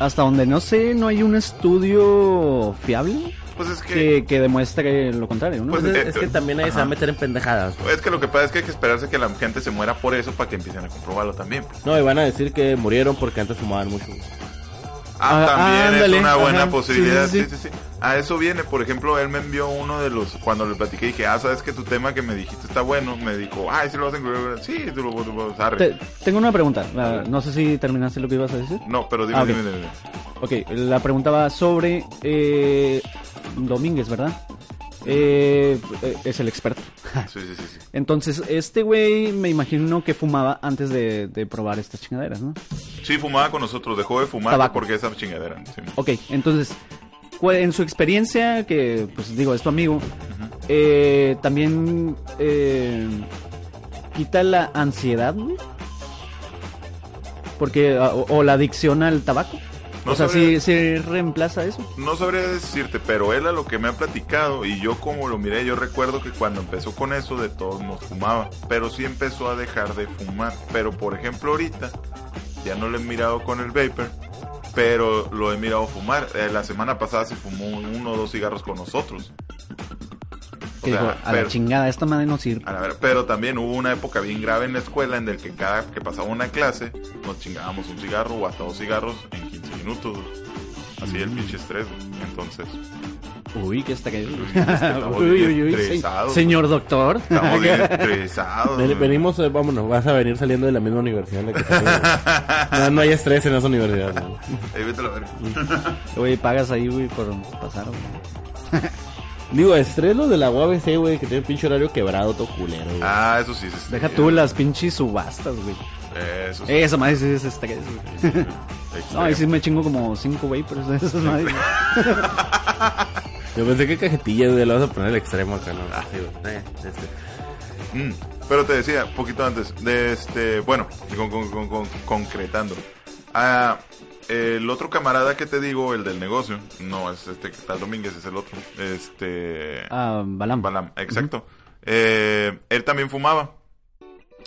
C: Hasta donde no sé, no hay un estudio fiable
D: Pues es que...
C: que, que demuestre lo contrario, ¿no?
D: Pues,
B: Pues es, es que
D: eh,
B: también ahí se va a
D: ajá.
B: meter en pendejadas. güey.
D: Es que lo que pasa es que hay que esperarse que la gente se muera por eso para que empiecen a comprobarlo también. pues.
B: No, y van a decir que murieron porque antes fumaban mucho. güey.
D: Ah,
C: Ah,
D: también
C: ándale,
D: es una buena
C: ajá,
D: posibilidad.
C: sí,
D: Sí
C: sí,
D: sí, sí. A eso viene, por ejemplo, él me envió uno de los. Cuando le platiqué, dije, ah, sabes que tu tema que me dijiste está bueno. Me dijo, ay, si lo vas a incluir. Sí, tú lo, tú lo- arre".
C: Te- tengo una pregunta. La- no sé si terminaste lo que ibas a decir.
D: No, pero dime,
C: Ah, ok.
D: dime, dime.
C: Ok, la pregunta va sobre eh, Domínguez, ¿verdad? Eh, eh, es el experto.
D: Sí, sí, sí. sí.
C: Entonces, este güey me imagino que fumaba antes de, de probar estas chingaderas, ¿no?
D: Sí, fumaba con nosotros, dejó de fumar
C: Tabaco.
D: porque esa chingadera. sí.
C: Ok, entonces, cu- en su experiencia, que pues digo, es tu amigo, eh, también eh, quita la ansiedad, güey. Porque, a- o, o la adicción al tabaco.
D: No
C: o sea, si
D: sabría-
C: se reemplaza eso.
D: No sabría decirte, pero él a lo que me ha platicado y yo como lo miré, yo recuerdo que cuando empezó con eso de todos nos fumaba, pero sí empezó a dejar de fumar. Pero por ejemplo ahorita ya no lo he mirado con el vapor, pero lo he mirado fumar. Eh, la semana pasada se fumó uno o dos cigarros con nosotros. O
C: que
D: O sea,
C: dijo, a la
D: pero-
C: chingada, esta madre no sirve.
D: A la ver- pero también hubo una época bien grave en la escuela en el que cada que pasaba una clase nos chingábamos un cigarro o hasta dos cigarros en 15 minutos. Así
C: Mm.
D: el pinche estrés. güey.
C: *laughs*
D: Entonces, pues,
C: Uy, que está cayendo.
D: estamos
C: *laughs* uy,
D: bien
C: uy, uy, se-
D: estresados.
C: señor doctor. *laughs*
D: estamos bien estresados.
B: Ven-
D: güey.
B: Venimos, eh, vámonos, vas a venir saliendo de la misma universidad en la que salí, güey. no, no hay estrés en esa universidad. güey.
D: Ahí vete a la verga.
C: Mm. Güey, pagas ahí, güey, por pasar, güey.
B: Digo, estrés los de la UABC, güey, que tiene pinche horario quebrado, todo culero, güey.
D: Ah, eso sí. se
C: Deja
D: estresa.
C: tú las pinches subastas, güey.
D: Eso sí.
C: Esa madre sí es estrés, güey. No, ahí sí me chingo como cinco vapors de esas madres.
B: Yo pensé que cajetilla, güey, la vas a poner al extremo acá, ¿no?
D: Ah,
B: Sí, güey. Eh, este.
D: Mm, Pero te decía, poquito antes, de este, bueno, con- con- con- con- concretando. Ah, el otro camarada que te digo, el del negocio, no es este que está Domínguez, es el otro. Este.
C: Ah, Balam.
D: Balam, exacto. Eh, él también fumaba.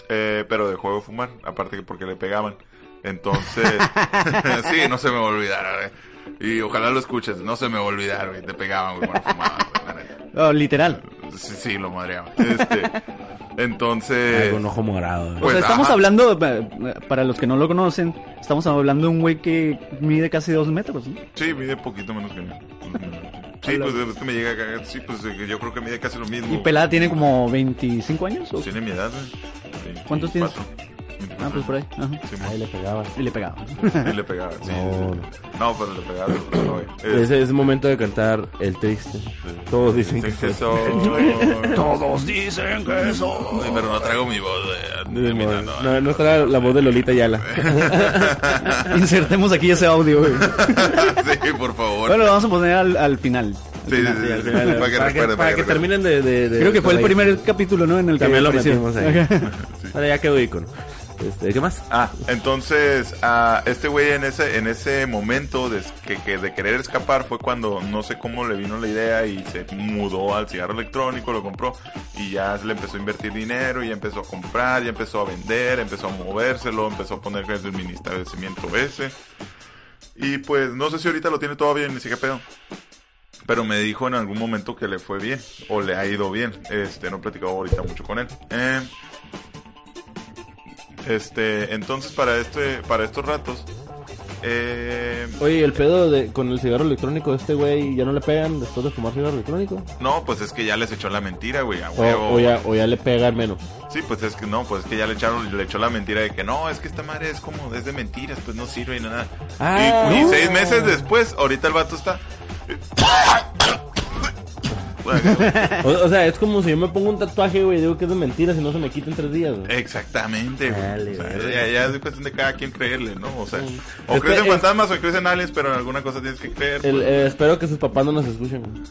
D: Eh, pero dejó de fumar, aparte que porque le pegaban. Entonces, *laughs* sí, no se me va a olvidar. güey. Y ojalá lo escuches, no se me va a olvidar, güey, Te pegaban, güey, cuando fumaba, güey, la neta.
C: Oh, literal.
D: Sí, sí, lo madreaba. Este, entonces,
B: Algo un ojo morado, güey.
C: o
D: Pues,
C: sea, estamos
D: ajá.
C: hablando, eh, para los que no lo conocen, estamos hablando de un güey que mide casi dos metros. ¿no?
D: sí, mide poquito menos que mí. Sí, pues es que me llega acá. Sí, pues eh, yo creo que mide casi lo mismo.
C: Y Pelada tiene como 25 años. ¿o?
D: Tiene mi edad, güey.
C: ¿Cuántos tienes?
D: 24.
C: Ah, pues por ahí. Ajá.
D: Sí,
B: Ahí le pegaba.
C: Y le pegaba.
D: Y le pegaba, sí, sí, sí.
B: No.
D: No, pero le pegaba. no, güey. Eh,
B: Ese es el momento de cantar El Triste. Todos dicen que
D: es
B: fue.
D: que soy-
C: Todos dicen que eso.
D: Ay, pero no traigo mi voz, güey, terminando. eh.
B: No, no estará la voz de Lolita Yala.
C: *laughs* Insertemos aquí ese audio, güey.
D: *laughs* sí, por favor.
C: Bueno, lo vamos a poner al, al final.
D: sí, sí, sí, sí,
B: Al
D: sí,
B: final,
D: Para que recuerden,
B: para que
D: recuerden.
B: terminen de, de- de-
C: Creo que fue el
B: de-
C: primer capítulo, ¿no? En el
B: Este, También
C: que
B: lo
C: apareció.
B: metimos ahí. *laughs* Ahora ya quedó ícono. Este, ¿Qué más?
D: Ah, entonces, ah, este güey en ese, en ese momento de, que, que de querer escapar fue cuando no sé cómo le vino la idea y se mudó al cigarro electrónico, lo compró y ya le empezó a invertir dinero, ya empezó a comprar, ya empezó a vender, empezó a movérselo, empezó a poner el suministramiento ese. Y pues no sé si ahorita lo tiene todo bien, ni siquiera pedo. Pero me dijo en algún momento que le fue bien, o le ha ido bien. Este, no he platicado ahorita mucho con él. Eh, este, entonces para este, para estos ratos, eh,
B: Oye, el pedo de, con el cigarro electrónico, este güey, ¿ya no le pegan después de fumar cigarro electrónico?
D: no, pues es que ya les echó la mentira, güey, a
B: O,
D: huevo.
B: o Oh, ya, o ya le pegan menos.
D: Sí, pues es que no, pues es que ya le echaron, le echó la mentira de que no, es que esta madre es como, es de mentiras, pues no sirve y nada.
B: Ah,
D: y, y
B: no.
D: seis meses después, ahorita el vato está.
B: *laughs* O, o sea, es como si yo me pongo un tatuaje, güey, digo que es de mentira, si no se me quita en tres días,
D: Eh,
B: güey.
D: Exactamente, güey.
B: Dale,
D: O sea,
B: güey.
D: ya, ya es cuestión de cada quien creerle, ¿no? O sea, o
B: Espe-
D: crees en
B: eh.
D: fantasmas o crees en aliens, pero en alguna cosa tienes que creer.
B: El-
D: pues.
B: eh, espero que sus papás no nos escuchen, güey.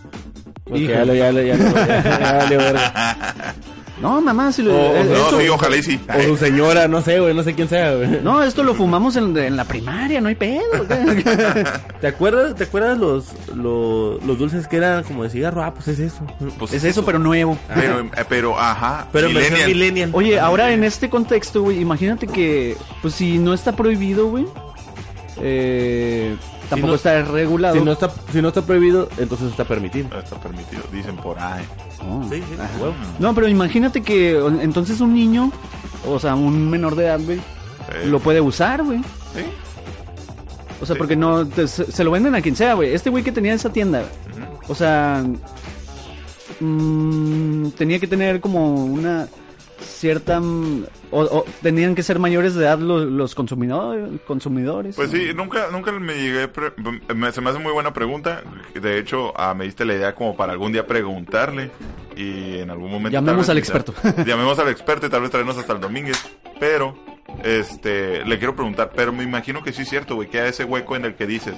B: Porque
C: Hijo.
B: ya le, ya le, ya le, ya, ya valió verga.
D: *laughs*
C: No, mamá, si lo,
B: O-
C: eh,
B: o-
D: no,
C: esto,
D: sí, ojalá y sí.
B: O su señora, no sé, güey, no sé quién sea, güey.
C: no, esto lo fumamos en, en la primaria, no
B: *laughs*
C: hay pedo. *laughs*
B: ¿Te acuerdas, te acuerdas los, los, los dulces que eran como de cigarro? Ah, pues es eso.
D: Pues,
C: es eso, pero nuevo.
D: Pero, eh, pero, ajá.
B: Pero en versión
D: millennial.
B: millennial.
C: Oye, ahora en este contexto, güey, imagínate que, pues si no está prohibido, güey, eh, tampoco
B: no-
C: está regulado.
B: si no, está, si no está prohibido, entonces está permitido.
D: No Está permitido, dicen por ahí.
C: Oh.
B: Sí, sí,
C: Ajá.
B: huevo.
C: No, pero imagínate que o- entonces un niño, o sea, un menor de edad, güey,
D: Eh,
C: lo puede usar, güey.
D: ¿sí?
C: O sea,
D: Sí.
C: porque no, te- se, se lo venden a quien sea, güey. Este güey que tenía esa tienda,
D: Ujú.
C: o sea, mm, tenía que tener como una cierta... mm, o, o tenían que ser mayores de edad los, los consumidor- consumidores.
D: Pues sí, nunca, nunca me llegué. pre- me- se me hace muy buena pregunta. De hecho, ah, me diste la idea como para algún día preguntarle. Y en algún momento. tal
C: Llamemos
D: vez-
C: al experto.
D: *laughs* llamemos al experto y tal vez traernos hasta el Domínguez. Pero, este, le quiero preguntar. Pero me imagino que sí es cierto, güey, que hay ese hueco en el que dices.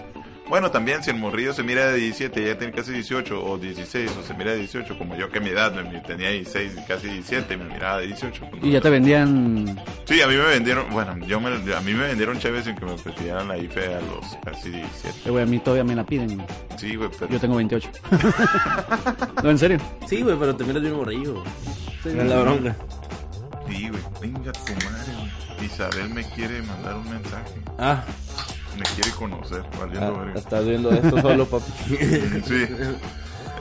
D: Bueno, también si el morrillo se mira de 17, ya tiene casi 18, o 16, o se mira de 18, como yo que mi edad me, tenía 16 y casi 17, me miraba de 18. pues, no,
C: Y ya te vendían...
D: Sí, a mí me vendieron, bueno, yo me, a mí me vendieron chéves sin que me pidieran la IFE a los casi 17.
C: Eh, güey, a mí todavía me la piden. güey.
D: Sí, güey, pero...
C: Yo tengo
D: *laughs*
C: 28. no, en serio.
B: Sí, güey, pero te miras bien morrillo. En la bronca.
D: Sí, güey, venga tu madre, güey. Isabel me quiere mandar un mensaje.
B: Ah,
D: Me quiere conocer, valiendo
B: ah,
D: verga.
B: estás viendo esto solo, papi.
D: Sí.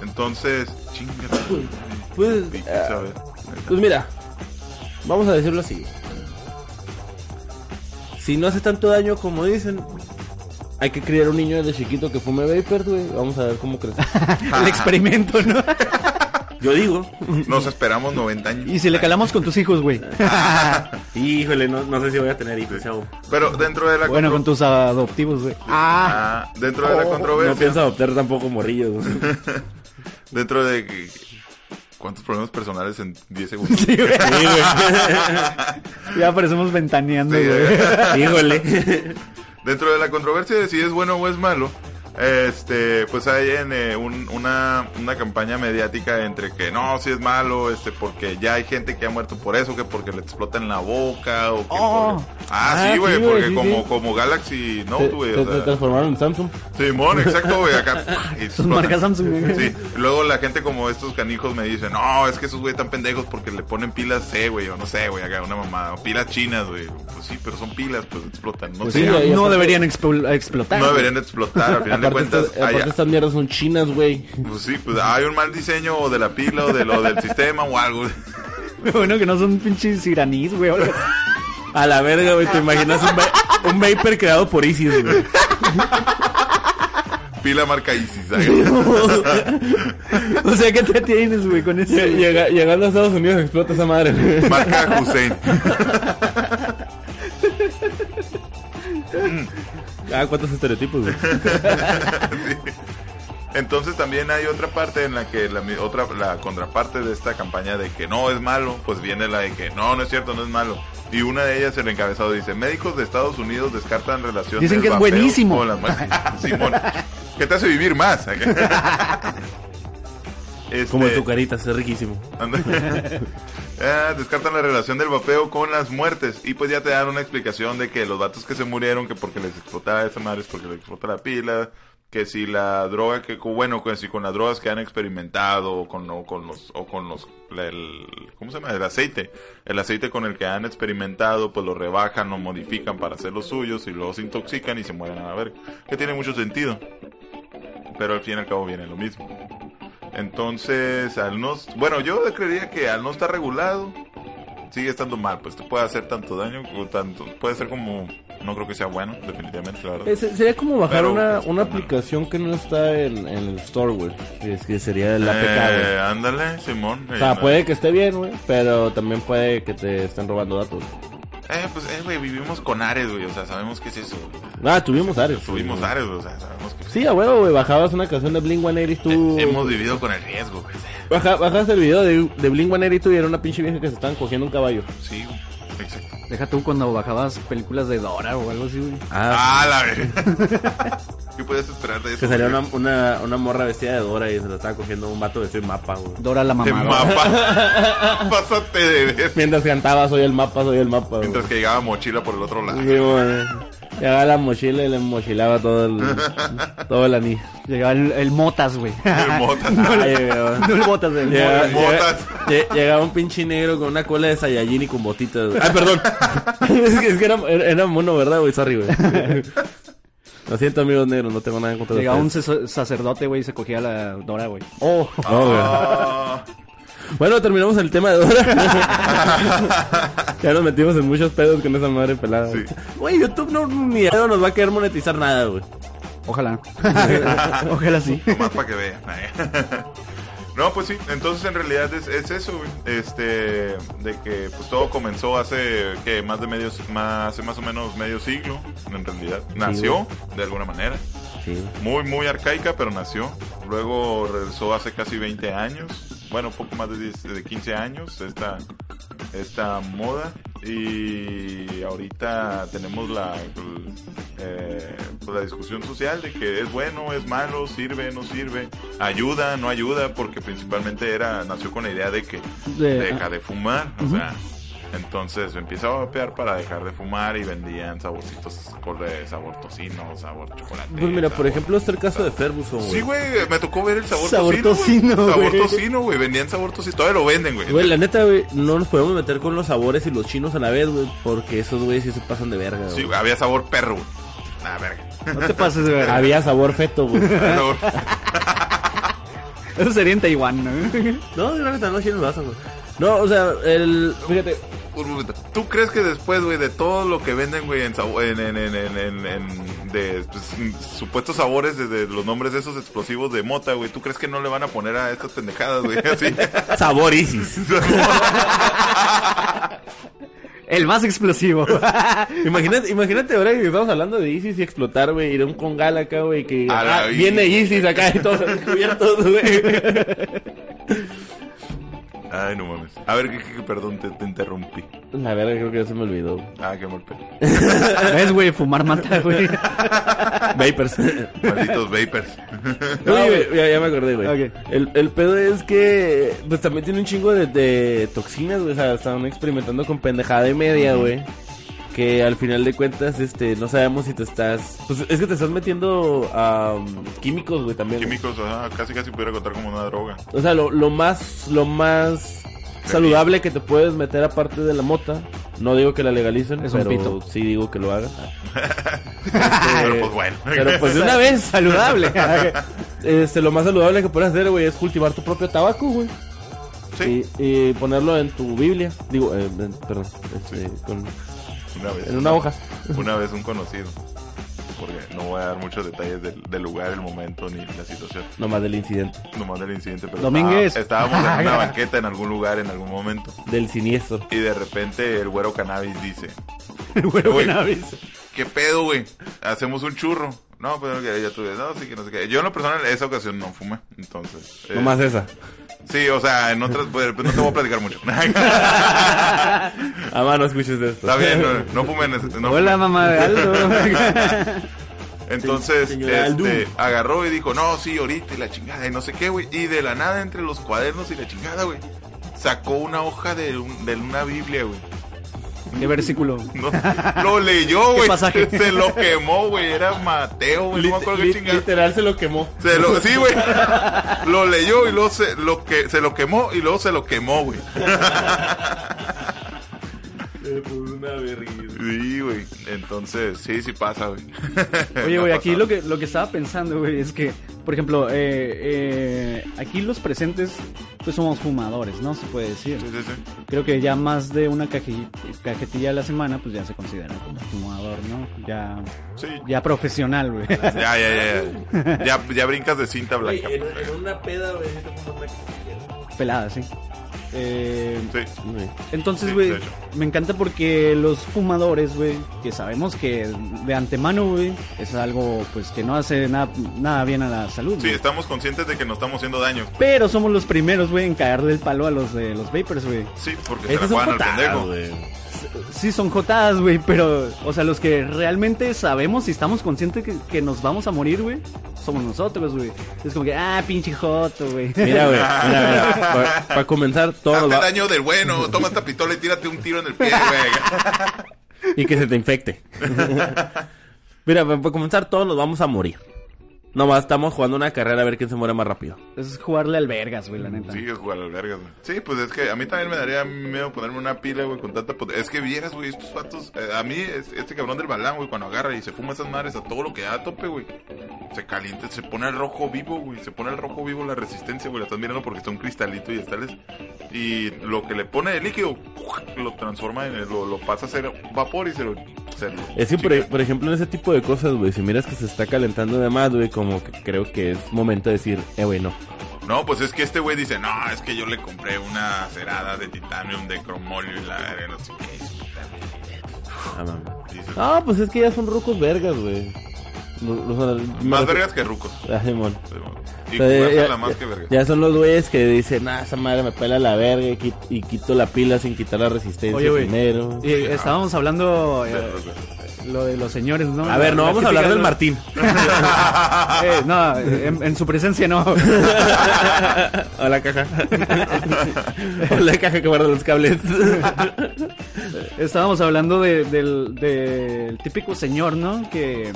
D: Entonces, chinga tu madre.
B: *laughs* Pues,
D: Sí,
B: ah,
D: sabe.
B: pues mira, vamos a decirlo así. Si no hace tanto daño como dicen, hay que criar un niño desde chiquito que fume vapor, güey. Vamos a ver cómo crece.
C: El experimento, ¿no?
B: Yo digo.
D: Nos esperamos 90 años.
C: Y si le calamos con tus hijos, güey.
B: Híjole, no, no sé si voy a tener hijos, chavo.
D: Pero dentro de la
C: Bueno,
D: contro-
C: con tus adoptivos, güey. Ah,
D: Ah, dentro de la
B: No
D: controversia,
B: pienso adoptar tampoco *laughs* morrillos.
D: dentro de que- cuántos problemas personales en 10 segundos.
C: sí, güey. Ya parecemos ventaneando,
D: Sí,
C: güey.
B: Híjole.
D: Dentro de la controversia de si es bueno o es malo, este, pues hay en, eh, un- una, una campaña mediática entre que no, si es malo, este, porque ya hay gente que ha muerto por eso, que porque le explotan la boca o que
C: Oh.
D: por- Ah,
B: Ah,
D: sí, güey,
B: sí, güey,
D: porque
B: sí,
D: como,
B: sí.
D: como Galaxy
B: Se,
D: Note, güey,
B: se-
D: o
B: se
D: sea,
B: transformaron en Samsung.
D: Simón, exacto, güey,
B: *laughs*
D: acá. ¡pah! y
C: Son
D: explotan.
C: marcas Samsung, güey.
D: Sí, luego la gente como estos canijos me dicen, no, es que esos güey están pendejos porque le ponen pilas C, güey, o no sé, güey, acá una mamada, o pilas chinas, güey. Pues sí, pero son pilas, pues explotan, no
B: Pues
D: sé.
B: sí,
D: güey.
B: güey.
C: No deberían expul- explotar.
D: No deberían explotar, al final de
B: Aparte,
D: cuentas.
B: estas, aparte
D: hay-
B: estas mierdas son chinas, güey.
D: pues sí, pues hay un mal diseño o de la pila o, de lo, del sistema o algo. *laughs*
C: güey. *laughs* Bueno, que no son pinches iraníes, güey. o algo así.
B: A la verga, güey. ¿Te imaginas un, va- un vapor creado por ISIS, güey?
D: Pila marca ISIS. ¿sabes?
C: *laughs* O sea, ¿qué te tienes, güey, con eso?
B: Lle- llega- llegando a Estados Unidos explota esa madre. güey.
D: Marca Hussein.
B: *laughs* Ah, cuántos estereotipos, güey.
D: Este Entonces también hay otra parte en la que la mi- otra la contraparte de esta campaña de que no es malo, pues viene la de que no, no es cierto, no es malo. Y una de ellas el encabezado dice, "Médicos de Estados Unidos descartan relación
C: Dicen
D: del
C: que es
D: vapeo
C: buenísimo.
D: con las muer- *laughs* Simón. ¿Qué te hace vivir
C: *laughs*
D: más? Este-
B: Como tu carita, es riquísimo.
D: Anda. Ah, descartan la relación del vapeo con las muertes. Y pues ya te dan una explicación de que los vatos que se murieron, que porque les explotaba esa madre es porque les explota la pila. Que si la droga que, bueno, que si con las drogas que han experimentado o con, o con los, o con los, la- el, ¿cómo se llama? El aceite. El aceite con el que han experimentado, pues lo rebajan, lo modifican para hacer los suyos y luego se intoxican y se mueren a la verga. Que tiene mucho sentido. Pero al fin y al cabo viene lo mismo. Entonces, al no, bueno, yo creería que al no estar regulado, sigue estando mal, pues te puede hacer tanto daño, o tanto, puede ser como, no creo que sea bueno, definitivamente, la verdad.
B: Eh, se- sería como bajar
D: Pero,
B: una,
D: pues,
B: una
D: no.
B: aplicación que no está en, en el store, güey. Es que sería el APK,
D: Eh,
B: güey.
D: ándale, Simón.
B: O
D: eh,
B: sea,
D: no.
B: puede que esté bien, güey, pero también puede que te estén robando datos.
D: Eh, pues, eh, güey, vivimos con Ares, güey, o sea, sabemos que es eso.
B: Ah, tuvimos Ares.
D: Subimos Ares, güey, o sea, sabemos que
B: Sí, a huevo, güey. Bajabas una canción de Blink 182 tú.
D: Eh, hemos vivido con el riesgo, güey.
B: Baja- bajabas el video de, de Blink 182 y era una pinche vieja que se estaban cogiendo un caballo.
D: Sí, güey, exacto.
C: Deja tú cuando bajabas películas de Dora o algo así, güey.
D: Ah, la verga.
B: *laughs*
D: ¿Qué puedes esperar de eso?
B: Que salía
D: güey?
B: una, una, una morra vestida de Dora y se la estaba cogiendo un vato vestido de mapa, güey.
C: Dora la
D: De
C: mamá.
B: *laughs*
D: mapa. Pásate de ver.
B: Mientras cantaba, soy el mapa, soy el mapa, güey.
D: Mientras que llegaba mochila por el otro lado.
B: *laughs* Sí, güey. Llegaba la mochila y le mochilaba todo
D: *laughs*
B: el, todo el anillo.
C: Llegaba el, el Motas, güey.
D: El Motas.
B: Ay, güey.
C: No *laughs* el Motas, el
B: Llega-
C: Motas.
D: Motas.
B: llega- *laughs* lle- Llegaba un pinche negro con una cola de Saiyajin y con botitas. güey. Ay, perdón. *laughs* es que, es que era, era- era mono, ¿verdad, güey? Sorry,
D: *laughs*
B: güey. Lo siento, amigos negros, no tengo nada en contra de
C: Llegaba un
B: ustedes.
C: sac- sacerdote, güey, y se cogía a la Dora, güey.
B: Oh, no, güey.
D: Ah.
B: Bueno, terminamos el tema de Dora. *laughs* ya nos metimos en muchos pedos con esa madre pelada. güey.
D: Sí.
B: Güey, YouTube no, ni de pedo nos va a querer monetizar nada, güey.
C: Ojalá. *laughs* Ojalá sí.
D: Nomás para que vean. *laughs* No, pues sí, entonces en realidad es, es eso, güey. Este, de que pues todo comenzó hace, que más de medio, más, hace más o menos medio siglo, en realidad. Nació, de alguna manera.
B: Sí.
D: Muy, muy arcaica, pero nació. Luego regresó hace casi 20 años, bueno, poco más de, 10 de 15 años, esta, esta moda. Y ahorita tenemos la, el, eh, pues, la discusión social de que es bueno, es malo, sirve, no sirve, ayuda, no ayuda, porque principalmente era nació con la idea de que
C: De-
B: ah,
D: deja de fumar, o sea. Entonces empieza a vapear para dejar de fumar y vendían saborcitos con de sabor tocino, sabor chocolate.
B: Pues mira, por
D: sabor-
B: ejemplo, está el caso de Ferguson, güey.
D: Sí, güey, me tocó ver el sabor,
C: Sabor
D: tocino.
C: tocino,
D: güey. Sabor
C: güey.
D: tocino, güey. Vendían sabor tocino. Todavía lo venden, güey.
B: Güey, la neta, güey, no nos podemos meter con los sabores y los chinos a la vez, güey, porque esos güeyes sí se pasan de verga, güey.
D: Sí, güey, había sabor perro, güey. Ah, verga.
C: No te pases, güey.
B: Había sabor feto, güey.
D: Sabor-
C: Eso sería en Taiwán, ¿no?
B: *laughs* No, de la neta, no, sí nos bastan, güey. No, o sea, el. Fíjate,
D: Un momento. ¿Tú crees que después, güey, de todo lo que venden, güey, en, sabo- en, en, en, en, en- en- de pues, mm, supuestos sabores, de, de los nombres de esos explosivos de mota, güey, ¿tú crees que no le van a poner a estas pendejadas, güey? Así.
B: sabor Isis.
C: El más *laughs* explosivo.
B: Imagínate, imagínate ahora que estamos hablando de Isis y explotar, güey, y de un congal acá, güey, que
D: A la
B: ah,
D: vi-
B: viene Isis acá y todos *laughs* cubiertos, güey.
D: Ay, no mames. A ver, que- que- perdón, te, te interrumpí.
B: La verdad, creo que ya se me olvidó.
D: Ah, qué mal pedo.
C: ¿Ves, güey? Fumar mata, güey.
B: Vapers.
D: Malditos vapers.
B: No,
C: No,
B: güey, ya, ya me acordé, güey.
C: Ok.
B: El, el pedo es que pues también tiene un chingo de, de toxinas, güey. O sea, están experimentando con pendejada y media, güey. Que al final de cuentas, este, no sabemos si te estás. Pues es que te estás metiendo a um, químicos, güey, también. güey.
D: Químicos, ah, casi casi pudiera contar como una droga.
B: O sea, lo, lo más, lo más saludable que te puedes meter aparte de la mota. No digo que la legalicen,
C: Es un
B: pero
C: pito.
B: sí digo que lo Este, hagan.
D: Pero pues bueno.
B: Pero pues de una
D: *laughs*
B: vez, saludable. *laughs* este, lo más saludable que puedes hacer, güey, es cultivar tu propio tabaco, güey.
D: Sí,
B: Y, y ponerlo en tu Biblia. Digo, eh, en- perdón, este, con-
D: una vez.
B: en una hoja. *laughs*
D: Una vez un conocido. Porque no voy a dar muchos detalles del, del lugar, el momento ni la situación.
B: Nomás del incidente.
D: Nomás del incidente. Pero
C: Domínguez.
D: estaba-
B: *laughs*
D: estábamos en una banqueta en algún lugar en algún momento.
B: Del siniestro.
D: Y de repente el güero cannabis dice:
C: El güero
D: *laughs* Güey.
C: cannabis.
D: ¿Qué pedo, güey? Hacemos un churro. No, pues no, que ya tuve. No, sí que no sé qué. Yo en lo personal, esa ocasión no fumé. Entonces. eh,
B: Nomás esa.
D: Sí, o sea, en otras. Pues, no te voy a
B: *laughs*
D: platicar mucho. *laughs*
B: Amá, Ah, no escuches de esto.
D: Está bien, no, no fumen. ese- No
C: Hola,
D: fumen.
C: mamá de Aldo.
D: Entonces,
B: Señora
D: este,
B: Aldum.
D: agarró y dijo, no, sí, ahorita y la chingada y no sé qué, güey. Y de la nada, entre los cuadernos y la chingada, güey, sacó una hoja de, un- de una Biblia, güey.
C: Qué versículo.
B: *laughs*
D: No, lo leyó, güey.
C: pasaje?
D: *laughs* Se lo quemó, güey. Era Mateo, güey. No me acuerdo qué
B: Lit-
D: chingada.
B: literal se lo quemó.
D: Se lo,
B: *laughs*
D: sí, güey. Lo leyó y luego se lo, que, se lo quemó y luego se lo quemó, güey. Eh, pues, Sí, güey. Entonces, sí, sí pasa, güey.
C: Oye,
D: Me ha
C: güey, aquí
D: pasado.
C: lo que, lo que estaba pensando, güey, es que, por ejemplo, eh, eh, aquí los presentes, pues somos fumadores, ¿no? Se puede decir.
D: Sí, sí, sí.
C: Creo que ya más de una caje- cajetilla a la semana, pues ya se considera como fumador, ¿no? Ya,
D: Sí.
C: ya profesional, güey. *laughs*
D: Ya, ya, ya,
B: *laughs*
D: ya. Ya, ya brincas de cinta blanca.
B: una peda, güey.
C: Pelada, sí. Eh,
D: Sí.
C: Entonces,
D: Sí,
C: güey,
D: de hecho.
C: me encanta porque los fumadores, güey, que sabemos que de antemano, güey, es algo pues que no hace nada, nada bien a la salud.
D: Sí,
C: güey.
D: estamos conscientes de que nos estamos haciendo daño.
C: Pero somos los primeros, güey, en caer del palo a los de los vapers, güey.
D: Sí, porque se la
B: Esas son
D: juegan al
B: patadas,
D: pendejo.
B: Ah, güey.
C: Sí, son jotadas, güey, pero, o sea, los que realmente sabemos y estamos conscientes que, que nos vamos a morir, güey, somos nosotros, güey. Es como que, ah, pinche joto, güey. *laughs*
B: Mira, güey. Mira,
D: *laughs*
B: mira. Para comenzar, todos
D: Hazte
B: los va-
D: daño del bueno, toma esta pistola y tírate un tiro en el pie, güey.
B: Y que se te
D: *laughs*
B: infecte. Mira, para comenzar, todos nos vamos a morir. Nomás estamos jugando una carrera a ver quién se muere más rápido.
C: Es jugarle al vergas, güey, la neta.
D: Sí, jugar a las vergas, güey. Sí, pues es que a mí también me daría miedo ponerme una pila, güey, con tanta pot- Es que vieras, güey, estos patos. eh, a mí, es- este cabrón del balán, güey, cuando agarra y se fuma esas madres a todo lo que da a tope, güey. Se calienta, se pone al rojo vivo, güey. Se pone al rojo vivo la resistencia, güey. La estás mirando porque está un cristalito y estales. Y lo que le pone de líquido, lo transforma en. Lo, lo pasa a ser vapor y se lo. se lo
B: Es que,
D: chica.
B: por, por ejemplo, en ese tipo de cosas, güey, si miras que se está calentando de más, güey, como que creo que es momento de decir, eh, güey, no.
D: No, pues es que este güey dice, no, es que yo le compré una cerada de titanium de cromolio y la verga, no sé qué.
B: Ah, mames.
D: Dice,
B: Ah, pues es que ya son rucos vergas, güey. No- no son- me
D: más
B: refiero-
D: vergas que rucos.
B: Ah, Simón.
D: Y
B: O sea, ya-
D: jugársela
B: ya-
D: más que vergas.
B: ya son los güeyes que dicen, ah, esa madre me pela la verga y quit- y quito, la pila sin quitar la resistencia
C: Oye, güey.
B: primero.
C: Y, eh, estábamos hablando eh,
B: *laughs*
C: lo de los señores, ¿no?
B: A ver, no
C: La
B: vamos a
C: típica,
B: hablar del
C: ¿no?
B: Martín.
C: Eh, no, en, en su
B: *laughs*
C: presencia no.
B: Hola, caja. Hola, caja que guarda los cables.
C: Estábamos hablando de- del, del típico señor, ¿no? Que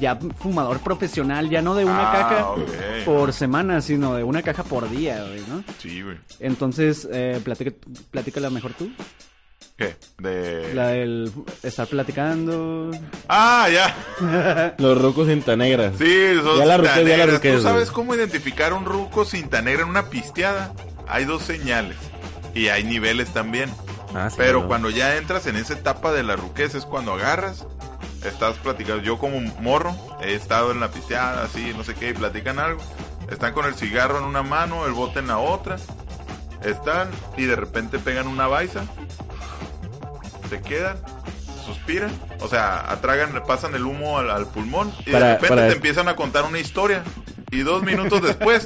C: ya fumador profesional, ya no de una
D: Ah,
C: caja
D: ok.
C: por semana, sino de una caja por día, güey, ¿no?
D: Sí, güey.
C: Entonces, eh, platica- platícala mejor tú.
D: ¿Qué? De...
C: La del estar platicando.
D: Ah, ya.
B: Los rucos cinta negra.
D: Sí, son
B: Ya la ruqué, ya la
D: cintaneras.
B: ruqué,
D: ¿Tú
B: güey.
D: sabes cómo identificar un ruco cinta negra en una pisteada? Hay dos señales. Y hay niveles también.
B: Ah, sí,
D: Pero
B: ¿no?
D: cuando ya entras en esa etapa de la ruquez es cuando agarras, estás platicando. Yo como morro he estado en la pisteada, así, no sé qué, y platican algo. Están con el cigarro en una mano, el bote en la otra. Están y de repente pegan una baisa. Se quedan, suspiran. O sea, atragan, le pasan el humo al, al pulmón y
B: Para-
D: de repente
B: para-
D: te empiezan a contar una historia. Y dos minutos
B: *laughs*
D: después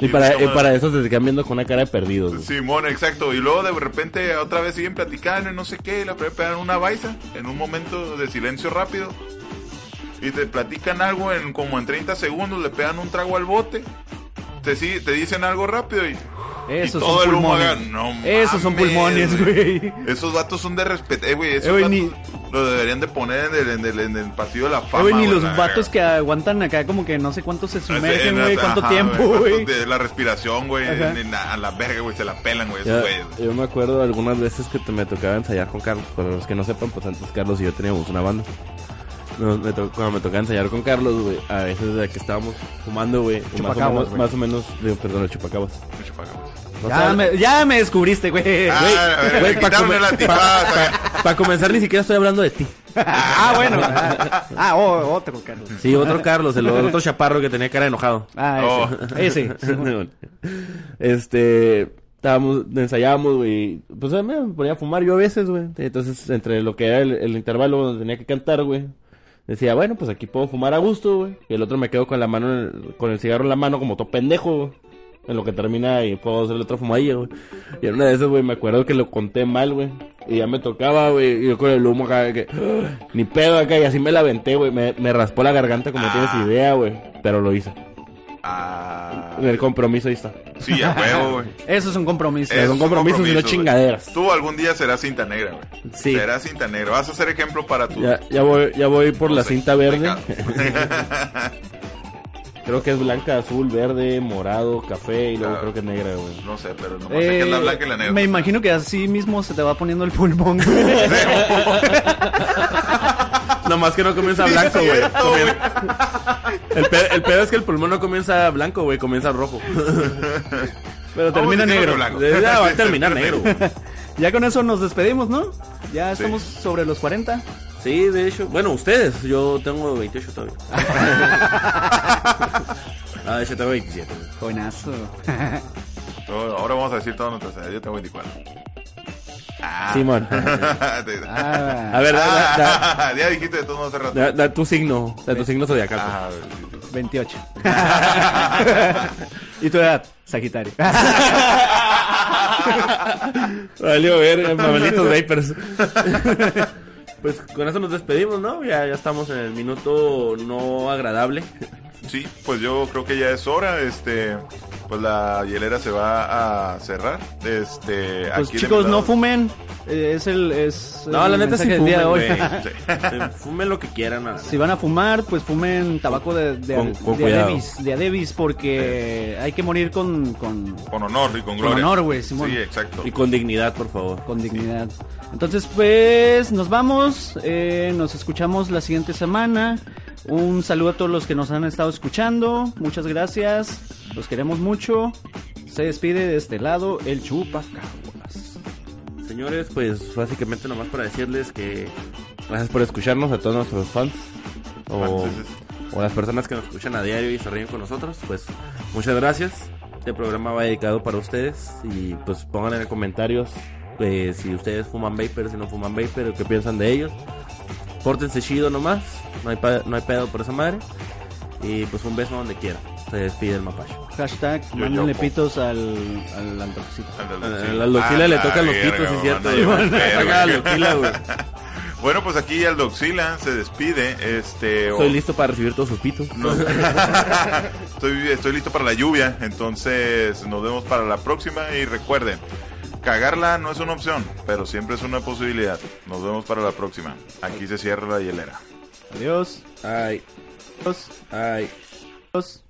B: Y para, y para eso se quedan viendo con una cara de perdidos. güey.
D: Simón, exacto. Y luego de repente otra vez siguen platicando y no sé qué. Y la preparan una baisa en un momento de silencio rápido. Y te platican algo en como en 30 segundos. Le pegan un trago al bote. Te, sig- te dicen algo rápido y,
C: Esos
D: y todo
C: son
D: el humo
C: pulmones.
D: haga, "No
C: Esos son
D: mames,
C: pulmones, güey.
D: Esos vatos son de respeto. Eh, güey, esos
C: Eh, güey,
D: vatos
C: ni- Eh,
D: lo deberían de poner en el, en el, en el pasillo de la fama.
C: Güey, ni
D: güey,
C: los
D: la
C: vatos
D: verga.
C: que aguantan acá como que no sé cuánto se sumergen,
D: En-
C: güey,
D: en-
C: cuánto
D: ajá,
C: tiempo,
D: cuánto-
C: güey.
D: de La respiración, güey.
C: Ajá.
D: en- en la- A la verga, güey. Se la pelan, güey.
B: Ya-
D: esos güeyes, güey.
B: yo me acuerdo algunas veces que te- me tocaba ensayar con Carlos. Para los que no sepan, pues antes Carlos y yo teníamos una banda. Nos- me to- cuando me tocaba ensayar con Carlos, güey, a veces de que estábamos fumando, güey, o más o
C: Chupacabas,
B: menos,
C: güey.
B: más o menos, digo, perdón, el chupacabas.
D: Mucho pagamos.
B: O
C: Ya
B: sea,
C: me, ya me descubriste, Eh, güey.
D: Ah, a ver,
B: güey,
D: me
B: pa'
D: quitaron
B: comer-
D: el antifaz.
B: Para comenzar, ni siquiera estoy hablando de ti.
C: Ah, bueno. Ah, ah, oh, otro, Carlos.
B: Sí, otro Carlos, el otro chaparro que tenía cara de enojado.
C: Ah,
D: Oh.
B: *laughs*
C: ese. ese.
B: este, estábamos, ensayábamos, güey. Pues eh, me ponía a fumar yo a veces, güey. Entonces, entre lo que era el, el intervalo donde tenía que cantar, güey. Decía, bueno, pues aquí puedo fumar a gusto, güey. Y el otro me quedo con la mano, en el- con el cigarro en la mano como todo pendejo, güey. En lo que termina y puedo hacerle otra fumadilla, güey. Y en una de esas, güey, me acuerdo que lo conté mal, güey. Y ya me tocaba, güey. Y yo con el humo acá, que... ¡ah! Ni pedo acá. Y así me la aventé, güey. Me, me raspó la garganta como tienes idea, güey. Pero lo hice.
D: Ah,
B: En el compromiso ahí está.
D: sí, a huevo, güey.
C: Eso es un compromiso.
D: Eso
B: son
D: es
B: compromisos y no
D: compromiso, güey.
B: chingaderas.
D: *laughs* Tú algún día serás cinta negra, güey.
B: Sí.
D: Serás cinta negra. Vas a ser ejemplo para tu.
B: Ya, ya voy, ya voy por
D: no
B: la
D: sé,
B: cinta verde.
D: pecado.
B: *laughs* Creo que es blanca, azul, verde, morado, café y luego
D: Ah.
B: creo que negra, güey.
D: no sé, pero nomás sé que
C: Eh,
D: es la blanca y la negra.
C: me imagino que así mismo se te va poniendo el
D: *laughs*
C: pulmón. güey.
B: *laughs* Nomás que no comienza
D: *laughs* Sí,
B: blanco,
D: es
B: güey.
D: cierto,
B: Comien- El, pe- el pedo es que el pulmón no comienza blanco, güey, comienza rojo.
C: Pero
D: Vamos
C: termina
D: diciendo que
B: *laughs*
C: negro.
D: blanco.
B: Ya va a terminar negro. güey.
C: Ya con eso nos despedimos, ¿no? Ya
D: Sí.
C: estamos sobre los 40.
B: Sí, de hecho. Bueno, ustedes. Yo tengo 28 *laughs* todavía. Ah, yo tengo 27. güey.
D: *laughs*
C: Jovenazo.
D: Todo- Ahora vamos a decir todas nuestras edades. Yo tengo 24. Ah.
B: Simón.
D: Te-
B: A
C: Ah,
B: ver, da, da, da-
D: Ah, ya dijiste de todo hace rato.
B: da- da tu signo. Da tu signo zodiacal. pues.
D: Ah, sí, sí.
C: 28. *laughs* ¿Y tu edad? Sagitario. *laughs* Pues,
B: *laughs* Valió ver, mamelitos vapers. *laughs* pues con eso nos despedimos, ¿no? Ya, ya estamos en el minuto no agradable.
D: Sí, pues yo creo que ya es hora, este, pues la hielera se va a cerrar, este,
C: Pues
D: aquí de
C: chicos,
D: mi lado-
C: no fumen. Eh, es el. Es
B: No,
C: el
B: la neta sí
C: mensaje del
B: fumen,
C: día de hoy.
B: güey. Eh, Fumen lo que quieran. a la
C: Si van a fumar, pues fumen tabaco de, de,
B: Con- con
C: de
B: cuidado.
C: Adebis, de Adebis, porque hay que morir con, con,
D: Con honor y con
C: con
D: gloria.
C: honor, güey, Simón.
D: Sí, eh. exacto.
B: neta. Y con dignidad, por favor.
C: con dignidad. Entonces, pues nos vamos, eh, nos escuchamos la siguiente semana. Un saludo a todos los que nos han estado escuchando, muchas gracias, los queremos mucho. Se despide de este lado el Chupacaguas.
B: Señores, pues básicamente nomás para decirles que gracias por escucharnos a todos nuestros fans. O,
D: Fans, sí,
B: o las personas que nos escuchan a diario y se ríen con nosotros, pues muchas gracias. Este programa va dedicado para ustedes y pues pongan en los comentarios eh, si ustedes fuman vapor, si no fuman vapor, o qué piensan de ellos. Pórtense chido nomás, no hay, pa- no hay pedo por esa madre. Y pues un beso donde quiera. Se despide el mapacho.
C: Hashtag
D: Yo,
C: mándenle
D: yo, po.
C: pitos al, al antojito.
D: Al
B: A
D: de
B: la Loxila le tocan los
D: Ah, verga,
B: pitos, es
D: mamá,
B: cierto.
D: no lleva el pedo,
B: Acá la
D: güey.
B: Loxila, güey.
D: Bueno, pues aquí al Doxila se despide, este, o-
B: Estoy listo para recibir todos sus pitos.
D: no- *laughs* estoy, estoy listo para la lluvia, entonces nos vemos para la próxima y recuerden, cagarla no es una opción, pero siempre es una posibilidad. Nos vemos para la próxima. Aquí se cierra la hielera.
C: Adiós.
B: Ay,
C: Adiós.
B: ay.
C: Adiós.